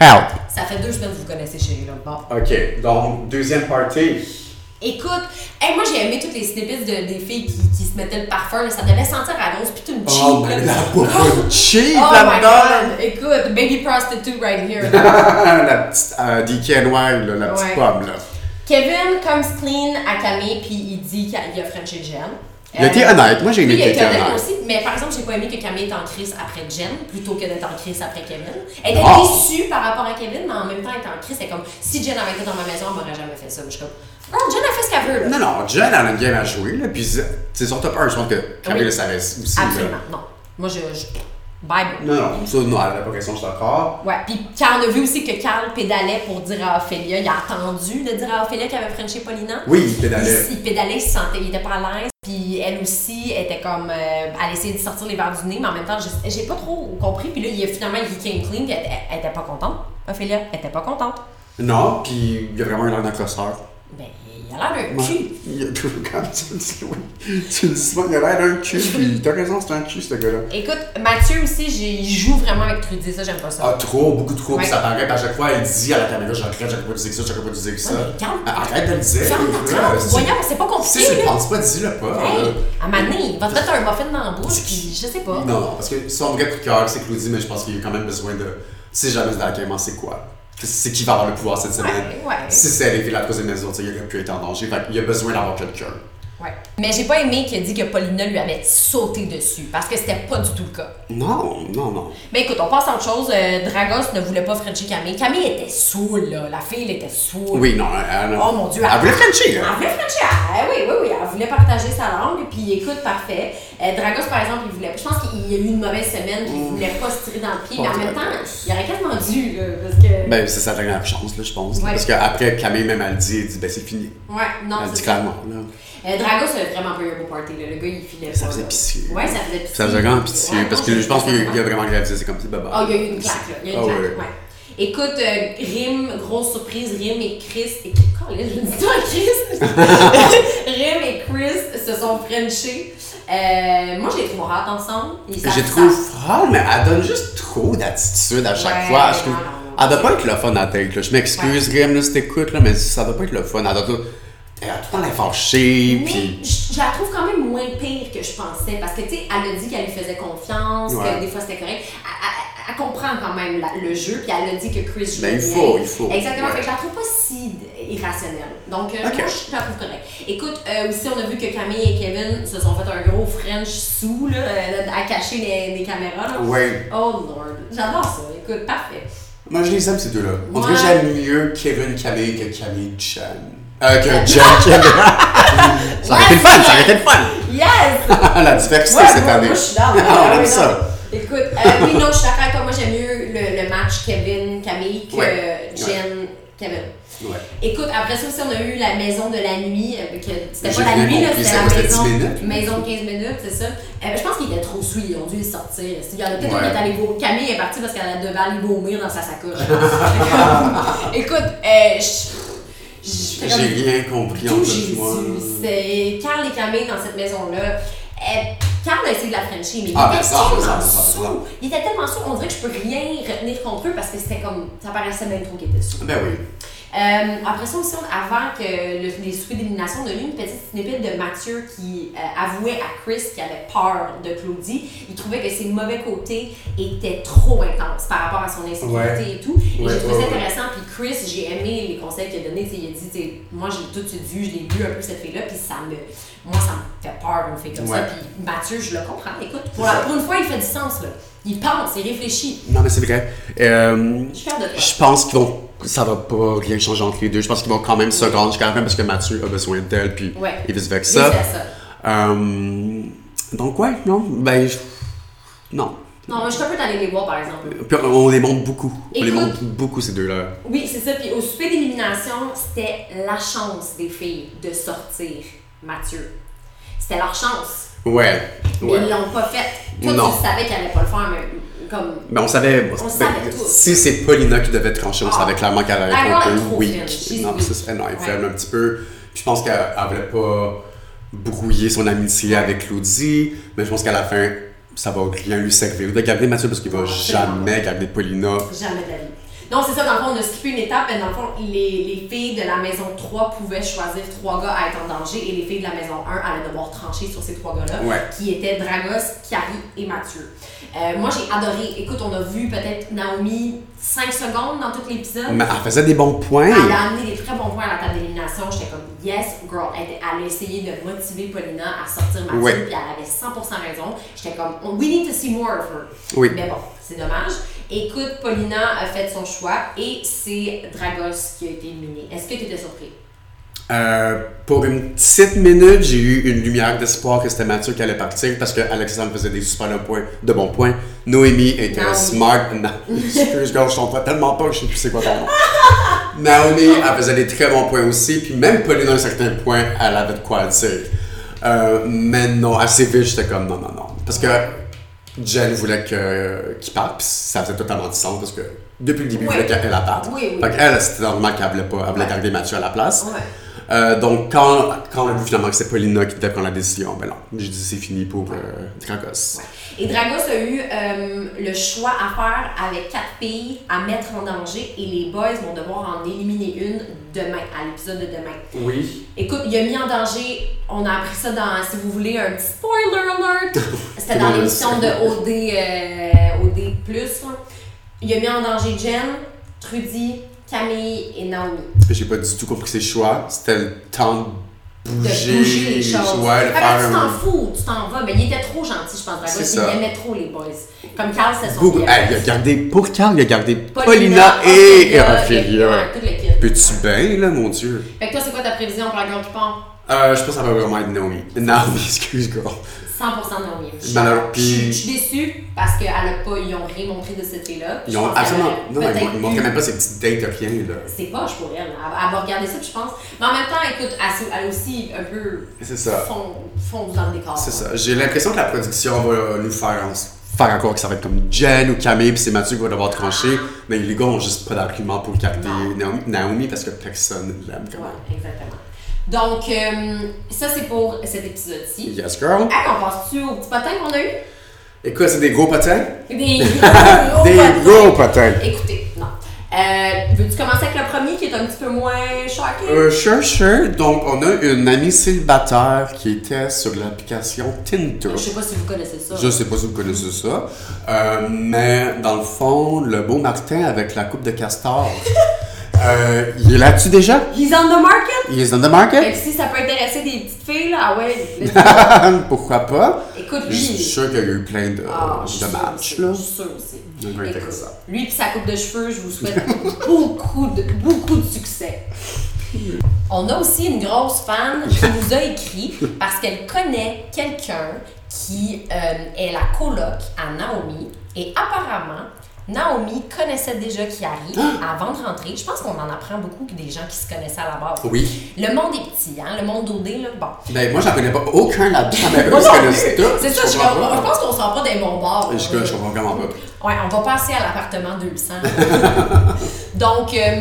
S3: Help.
S4: ça fait deux semaines que vous connaissez chez là. Bon.
S3: Ok, donc, deuxième party.
S4: Écoute, hey, moi j'ai aimé toutes les snippets de, des filles qui, qui se mettaient le parfum, là, ça devait sentir à rose, puis tout une cheap.
S3: Oh,
S4: là.
S3: mais la pauvre cheap
S4: Oh my
S3: là-dedans.
S4: god! Écoute, baby prostitute right here. là.
S3: la petite euh, DKNY, là, la petite
S4: Ouais.
S3: pomme, là.
S4: Kevin comes clean à Camille puis il dit qu'il a Frenché Jen.
S3: Il a été
S4: Euh,
S3: honnête. Moi, j'ai aimé
S4: lui, il a été
S3: quelqu'un
S4: honnête
S3: honnête.
S4: aussi, mais par exemple, j'ai pas aimé que Camille est en crise après Jen plutôt que d'être en crise après Kevin. Elle était
S3: Wow.
S4: déçue par rapport à Kevin, mais en même temps, elle était en crise. C'est comme si Jen avait été dans ma maison, elle m'aurait jamais fait ça. Je suis comme, girl, Jen a fait ce qu'elle veut. Là.
S3: Non, non, Jen, elle a une game à jouer, là, puis c'est son top 1, je pense que Camille
S4: Oui.
S3: le savait aussi. là.
S4: Absolument, non. Moi, je. je... Bye. bye.
S3: Non, non, ça, non, elle a pas question, je suis d'accord.
S4: Ouais, puis Carl a vu aussi que Carl pédalait pour dire à Ophélia, il a attendu de dire à Ophélia qu'il avait Frenché Paulina.
S3: Oui, il pédalait.
S4: Il, il pédalait, il se sentait, il était pas à l'aise. Puis elle aussi était comme, euh, elle essayait de sortir les verres du nez, mais en même temps, je- j'ai pas trop compris. Puis là, il, finalement, il came clean, puis elle, elle- elle était pas contente. Ophélia, elle était pas contente.
S3: Non, puis il y a vraiment un air d'un crosseur.
S4: Ben, il a l'air d'un
S3: Ouais.
S4: cul.
S3: Il y a tout comme tu le dis, oui. Tu le dis souvent, il a l'air d'un cul, puis t'as raison, c'est un cul, ce gars-là.
S4: Écoute, Mathieu aussi, j'ai- il joue vraiment avec Trudy, ça, j'aime pas ça.
S3: Ah, trop, beaucoup trop, puis
S4: Ouais.
S3: ça paraît, puis à chaque fois, elle dit à la caméra, je regrette, j'aurais pas dû dire ça, j'aurais pas dû dire ça.
S4: Ouais, mais calme.
S3: Arrête de le dire.
S4: Ferme ta
S3: là,
S4: trappe,
S3: ben, c'est-
S4: voyons, c'est pas
S3: Si tu
S4: compliqué,
S3: le
S4: là.
S3: penses pas, dis-le pas. là.
S4: Hey, à Mané, il va te mettre un muffin dans la bouche, puis je sais pas.
S3: Non, non, parce que son vrai coup de cœur, c'est Claudie, mais je pense qu'il y a quand même besoin de. Si jamais c'est dans la Cayman, c'est quoi C'est qui va avoir le pouvoir cette semaine
S4: ouais.
S3: Si c'est arrivé la troisième maison, tu sais, il aurait pu être en danger. Fait qu'il y a besoin d'avoir quelqu'un.
S4: Ouais. Mais j'ai pas aimé qu'il ait dit que Paulina lui avait sauté dessus, parce que c'était pas du tout le cas.
S3: Non, non, non.
S4: Mais écoute, on passe à autre chose. Euh, Dragos ne voulait pas Frenchie Camille. Camille était saoule, là. La fille, elle était saoule.
S3: Oui, non, elle.
S4: Oh mon Dieu,
S3: Elle
S4: elle-
S3: voulait Frenchie,
S4: Elle
S3: là.
S4: voulait Frenchie. Ah, oui, oui, oui. Elle on voulait partager sa langue, puis il écoute parfait. Euh, Dragos, par exemple, il voulait. Je pense qu'il a eu une mauvaise semaine, puis il voulait pas se tirer dans le pied,
S3: Pas
S4: mais en même temps,
S3: Dragos.
S4: il aurait quasiment dû, là, parce que.
S3: Ben, c'est sa dernière chance, là, je pense.
S4: Ah. Ouais.
S3: Parce qu'après, Camille, même, elle dit, elle dit, ben, c'est fini.
S4: ouais, non,
S3: elle dit
S4: c'est ça.
S3: clairement, là.
S4: Euh, Dragos a vraiment pas eu un beau party, là. le gars, il filait
S3: Ça
S4: pas,
S3: faisait
S4: là.
S3: pitié.
S4: Ouais, ça faisait pitié.
S3: Ça faisait vraiment pitié,
S4: Ouais, non,
S3: parce que je pense
S4: c'est-
S3: qu'il il a vraiment réalisé, c'est comme ça, baba.
S4: Oh, il y a eu une claque, là. Il y a eu
S3: Ah,
S4: une claque,
S3: ouais.
S4: ouais. Écoute, euh, Rim, grosse surprise, Rim et Chris. Et... Colin, je dis toi, Chris! Rim et Chris se sont frenchés. Euh, moi, je les trouve hot ensemble. Ils savent-
S3: Je trouve folle, Ah, mais elle donne juste trop d'attitude à chaque
S4: Ouais,
S3: fois. Je trouve...
S4: non, non, non.
S3: Elle doit pas être le fun à tête. Là. Je m'excuse, Grim, là, si t'écoutes, là, mais ça doit pas être le fun. Elle doit tout... Elle a tout le temps l'air fâchée,
S4: Mais
S3: puis...
S4: je je la trouve quand même moins pire que je pensais parce que, tu sais, elle a dit qu'elle lui faisait confiance,
S3: Ouais.
S4: que des fois c'était correct. Elle, elle- elle comprend quand même la- le jeu, puis elle a dit que Chris jouait
S3: Ben, il
S4: bien.
S3: faut, il faut.
S4: Exactement,
S3: Ouais.
S4: fait que je la trouve pas si irrationnelle. Donc, euh,
S3: Ok.
S4: moi, je la trouve correcte. Écoute, euh, aussi, on a vu que Camille et Kevin se sont fait un gros French sous, là, euh, à cacher les, les caméras. là.
S3: Ouais.
S4: Oh lord, j'adore ça. Écoute, parfait.
S3: Moi, je les aime, ces deux-là. On dirait que
S4: Ouais.
S3: j'aime mieux Kevin Camille que Camille Chan. Euh, que John Kevin. ça aurait été le fun, ça aurait été le fun!
S4: Yes!
S3: La diversité
S4: Ouais,
S3: cette
S4: moi-
S3: année.
S4: Moi, je suis d'accord.
S3: Ah, on
S4: Ouais,
S3: aime
S4: non.
S3: ça.
S4: Écoute, euh, oui, non, je suis d'accord avec toi. Moi, j'aime mieux le, le match Kevin, Camille que
S3: Ouais.
S4: Jen, Kevin.
S3: Ouais.
S4: Écoute, après ça aussi, on a eu la maison de la nuit. euh, que C'était
S3: J'ai
S4: pas la
S3: rien
S4: nuit, là,
S3: compris,
S4: c'était
S3: ça,
S4: la
S3: c'était
S4: maison,
S3: 10 minutes.
S4: maison 15 minutes, c'est ça. Euh, je pense qu'il était trop sous, ils ont dû le sortir. Il y en a peut-être
S3: Ouais.
S4: un qui est allé vomir. Camille est partie parce qu'elle a devait aller vomir dans sa sacoche. Écoute, euh, je- je.
S3: J'ai
S4: je- comme-
S3: rien compris en
S4: tout
S3: fait,
S4: Jésus.
S3: moi.
S4: C'est Carl et Camille dans cette maison-là. Euh, Carl a essayé de la Frenchie, mais il
S3: Ah, ben
S4: était
S3: ça,
S4: tellement
S3: ça, ça, ça.
S4: sourd. Il était tellement sourd, on dirait que je peux rien retenir contre eux parce que c'était comme. Ça paraissait même trop qu'il était sourd.
S3: Ben oui.
S4: Euh, après ça aussi, on- avant que le, les soupers d'élimination, on a eu une petite snippet de Mathieu qui euh, avouait à Chris qu'il avait peur de Claudie. Il trouvait que ses mauvais côtés étaient trop intenses par rapport à son insécurité et tout. Et
S3: Ouais,
S4: j'ai trouvé
S3: ouais,
S4: ça intéressant. Puis Chris, j'ai aimé les conseils qu'il a donnés. Tu sais, Il a dit, tu sais, moi j'ai tout de suite vu, je l'ai vu un peu cette fille-là, puis ça me. Moi, ça me fait peur, une fille comme ça.
S3: Ouais.
S4: Puis Mathieu, je le comprends. Écoute, pour,
S3: C'est
S4: la-
S3: ça.
S4: pour une fois, il fait du sens, là. Il pense, il réfléchit.
S3: Non, mais c'est vrai. Euh,
S4: Je suis fière de toi.
S3: je pense qu'ils vont. Ça va pas rien changer entre les deux. Je pense qu'ils vont quand même se rendre jusqu'à la fin parce que Mathieu a besoin d'elle, puis
S4: Ouais.
S3: et vice versa.
S4: Vice-versa.
S3: Euh, donc, ouais, non. Ben, je- non.
S4: Non, moi, je suis un peu allée les voir, par exemple.
S3: Puis on les monte beaucoup. On les
S4: Écoute.
S3: monte beaucoup, ces deux-là.
S4: Oui, c'est ça. Puis au souper d'élimination, c'était la chance des filles de sortir Mathieu. C'était leur chance.
S3: Ouais.
S4: Mais
S3: ouais.
S4: Ils l'ont pas fait. Toi,
S3: Non.
S4: tu savais qu'elle allait pas le faire, mais comme.
S3: Ben, on savait.
S4: On savait tous.
S3: si c'est Paulina qui devait trancher, on
S4: Ah.
S3: savait clairement qu'elle allait
S4: Elle
S3: être un
S4: est
S3: peu
S4: trop
S3: weak.
S4: fine. She's
S3: Non,
S4: weak.
S3: c'est ça. Non, elle
S4: Ouais.
S3: ferme un petit peu. Puis je pense qu'elle elle voulait pas brouiller son amitié avec Claudie, mais je pense qu'à la fin, ça va rien lui servir de garder Mathieu parce qu'il va
S4: Non, absolument
S3: jamais garder Paulina.
S4: Jamais de la vie. Non, c'est ça, dans le fond, on a skippé une étape, mais dans le fond, les, les filles de la maison 3 pouvaient choisir trois gars à être en danger et les filles de la maison 1 allaient devoir trancher sur ces trois gars-là,
S3: Ouais.
S4: qui étaient Dragos, Carrie et Mathieu. Euh, moi, j'ai adoré. Écoute, on a vu peut-être Naomi 5 secondes dans tout l'épisode.
S3: Mais elle faisait des bons points.
S4: Elle a amené des très bons points à la table d'élimination. J'étais comme, yes, girl. Elle, était- elle a essayé de motiver Paulina à sortir Mathieu,
S3: Ouais.
S4: puis elle avait 100% raison. J'étais comme, oh, we need to see more of her.
S3: Oui.
S4: Mais bon, c'est dommage. Écoute, Paulina a fait son choix et c'est Dragos qui a été éliminé. Est-ce que tu étais surpris?
S3: Euh, pour une petite minute, j'ai eu une lumière d'espoir que c'était Mathieu qui allait partir parce que Alexandre faisait des super de, points, de bons points. Noémie était
S4: Naomi.
S3: smart. Na- Excuse, girl, je comprends tellement pas que je sais plus c'est quoi ton nom. Naomi, elle faisait des très bons points aussi. Puis même Pauline, à un certain point, elle avait de quoi dire. Euh, mais non, assez vite, j'étais comme non, non, non. Parce que Jen voulait que- qu'il parte, puis ça faisait totalement du sens parce que depuis le début,
S4: Ouais.
S3: elle voulait qu'elle la parte.
S4: Oui, oui.
S3: Fait qu'elle, c'était normal qu'elle voulait pas, elle voulait garder Mathieu à la place.
S4: Ouais.
S3: Euh, donc, quand, quand on a vu finalement que c'est Paulina qui devait prendre la décision, ben non, j'ai dit c'est fini pour euh, Dragos.
S4: Et Dragos a eu euh, le choix à faire avec quatre filles à mettre en danger et les boys vont devoir en éliminer une demain, à l'épisode de demain.
S3: Oui.
S4: Écoute, il a mis en danger, on a appris ça dans, si vous voulez, un petit spoiler alert. C'était dans
S3: Oui,
S4: l'émission de
S3: c'est vrai.
S4: OD, euh, OD+. là. Il a mis en danger Jen, Trudy, Camille et Naomi.
S3: J'ai pas du tout compris ses choix. C'était le temps de
S4: De
S3: bouger,
S4: bouger les choses.
S3: ouais, de
S4: Fait que
S3: faire
S4: tu t'en
S3: un.
S4: fous, tu t'en vas. Mais il était trop gentil, je pense, Dragos.
S3: C'est
S4: Il
S3: ça.
S4: aimait trop les boys. Comme Carl, c'est son
S3: Beaucoup-
S4: meilleur.
S3: Hey, il a gardé, pour Carl, il a gardé Paulina, et, et
S4: Ophelia,
S3: Ophelia.
S4: et- ah, ouais, tout le kit.
S3: Peux-tu bien, là, mon Dieu?
S4: Fait que toi, c'est quoi ta ta prévision pour la girl qui part?
S3: Euh, je pense que ça va vraiment être Naomi. Naomi, excuse, girl.
S4: 100% de Naomi. Je-
S3: Malheureux-
S4: Je je suis déçue parce qu'elle a pas, ils ont rien montré de cette fille-là.
S3: Ils ont absolument. Non, ils m'ont- ils montraient même
S4: même
S3: pas ces petites dates de rien, là.
S4: C'est poche pour elle. Elle, elle va regarder ça, puis je pense. Mais en même temps, écoute, elle, s'est- elle aussi un peu
S3: C'est ça.
S4: fond- fondu dans le décor.
S3: C'est ça. J'ai l'impression que la production va euh, nous faire en- faire encore que ça va être comme Jen ou Camille, puis c'est Mathieu qui va devoir trancher. Mais les gars ont juste pas d'argument pour capter
S4: Non.
S3: Naomi, Naomi parce que personne l'aime quand même.
S4: Ouais, exactement. Donc, euh, ça, c'est pour cet épisode-ci.
S3: Yes, girl.
S4: Hey, on passe-tu au petit patin qu'on a eu?
S3: Écoute, c'est des gros potins.
S4: Des
S3: Des gros potins.
S4: Écoutez, non. Euh, Veux-tu commencer avec le premier qui est un petit peu moins choqué?
S3: Euh, sure, sure. Donc, on a une amie célibataire qui était sur l'application Tinder.
S4: Je sais pas si vous connaissez ça.
S3: Je sais pas si vous connaissez ça, euh, mais dans le fond, le beau Martin avec la coupe de castor, euh, il est là-dessus déjà?
S4: He's on the market!
S3: Il est dans the
S4: Fait que
S3: market?
S4: si ça peut intéresser des petites filles, là, ah ouais, let's go.
S3: Pourquoi pas?
S4: écoute,
S3: Je suis
S4: lui.
S3: sûre qu'il y a eu plein de,
S4: Ah,
S3: de
S4: je suis sûre
S3: matchs,
S4: aussi,
S3: là.
S4: Je suis sûre aussi.
S3: Il doit être
S4: Écoute,
S3: intéressant.
S4: Lui et sa coupe de cheveux, je vous souhaite beaucoup, de, beaucoup de succès. On a aussi une grosse fan qui nous a écrit parce qu'elle connaît quelqu'un qui euh, est la coloc à Naomi et apparemment Naomi connaissait déjà Kiari
S3: Ah!
S4: avant de rentrer. Je pense qu'on en apprend beaucoup des gens qui se connaissaient à la base.
S3: Oh Oui.
S4: Le monde est petit, hein? le monde d'OD, là, bon.
S3: Ben, moi, j'en connais pas aucun là-dedans, mais eux,
S4: Moi
S3: ils
S4: non plus.
S3: connaissent tout.
S4: C'est ça, je,
S3: comprends
S4: comprends- je
S3: pas.
S4: pense qu'on ne sort pas des bons bords.
S3: Je, je comprends vraiment pas.
S4: Ouais, on va passer à l'appartement 200. Donc, euh,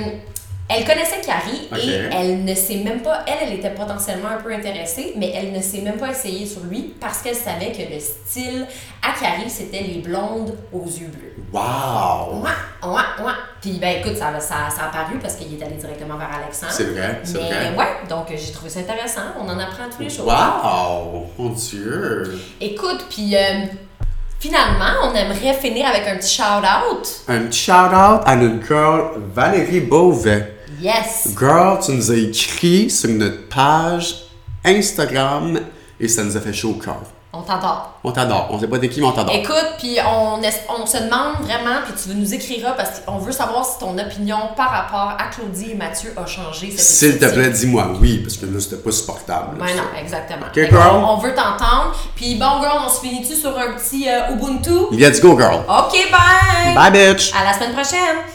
S4: elle connaissait Carrie
S3: Ok.
S4: et elle ne s'est même pas. Elle, elle était potentiellement un peu intéressée, mais elle ne s'est même pas essayée sur lui parce qu'elle savait que le style à Carrie, c'était les blondes aux yeux bleus.
S3: Wow!
S4: Ouais, ouais, ouais. Puis, ben écoute, ça, ça, ça a paru parce qu'il est allé directement vers Alexandre.
S3: C'est vrai, c'est
S4: Mais
S3: vrai.
S4: ouais, donc euh, j'ai trouvé ça intéressant. On en apprend tous les jours.
S3: Wow! Mon Dieu!
S4: Écoute, puis euh, finalement, on aimerait finir avec un petit shout-out.
S3: Un petit shout-out à notre girl Valérie Beauvais.
S4: Yes!
S3: Girl, tu nous as écrit sur notre page Instagram et ça nous a fait chaud au cœur.
S4: On t'entend.
S3: On t'adore. On sait pas de qui, mais on t'adore.
S4: Écoute, puis on, es- on se demande vraiment, puis tu nous écriras parce qu'on veut savoir si ton opinion par rapport à Claudie et Mathieu a changé. cet
S3: S'il te
S4: épisode-ci.
S3: plaît, dis-moi oui, parce que là, c'était pas supportable.
S4: Ouais, non, exactement.
S3: Ok,
S4: Fait
S3: girl.
S4: qu'on- on, veut t'entendre. Puis bon, girl, on se finit-tu sur un petit euh, Ubuntu?
S3: Let's go, girl.
S4: OK, bye!
S3: Bye, bitch!
S4: À la semaine prochaine!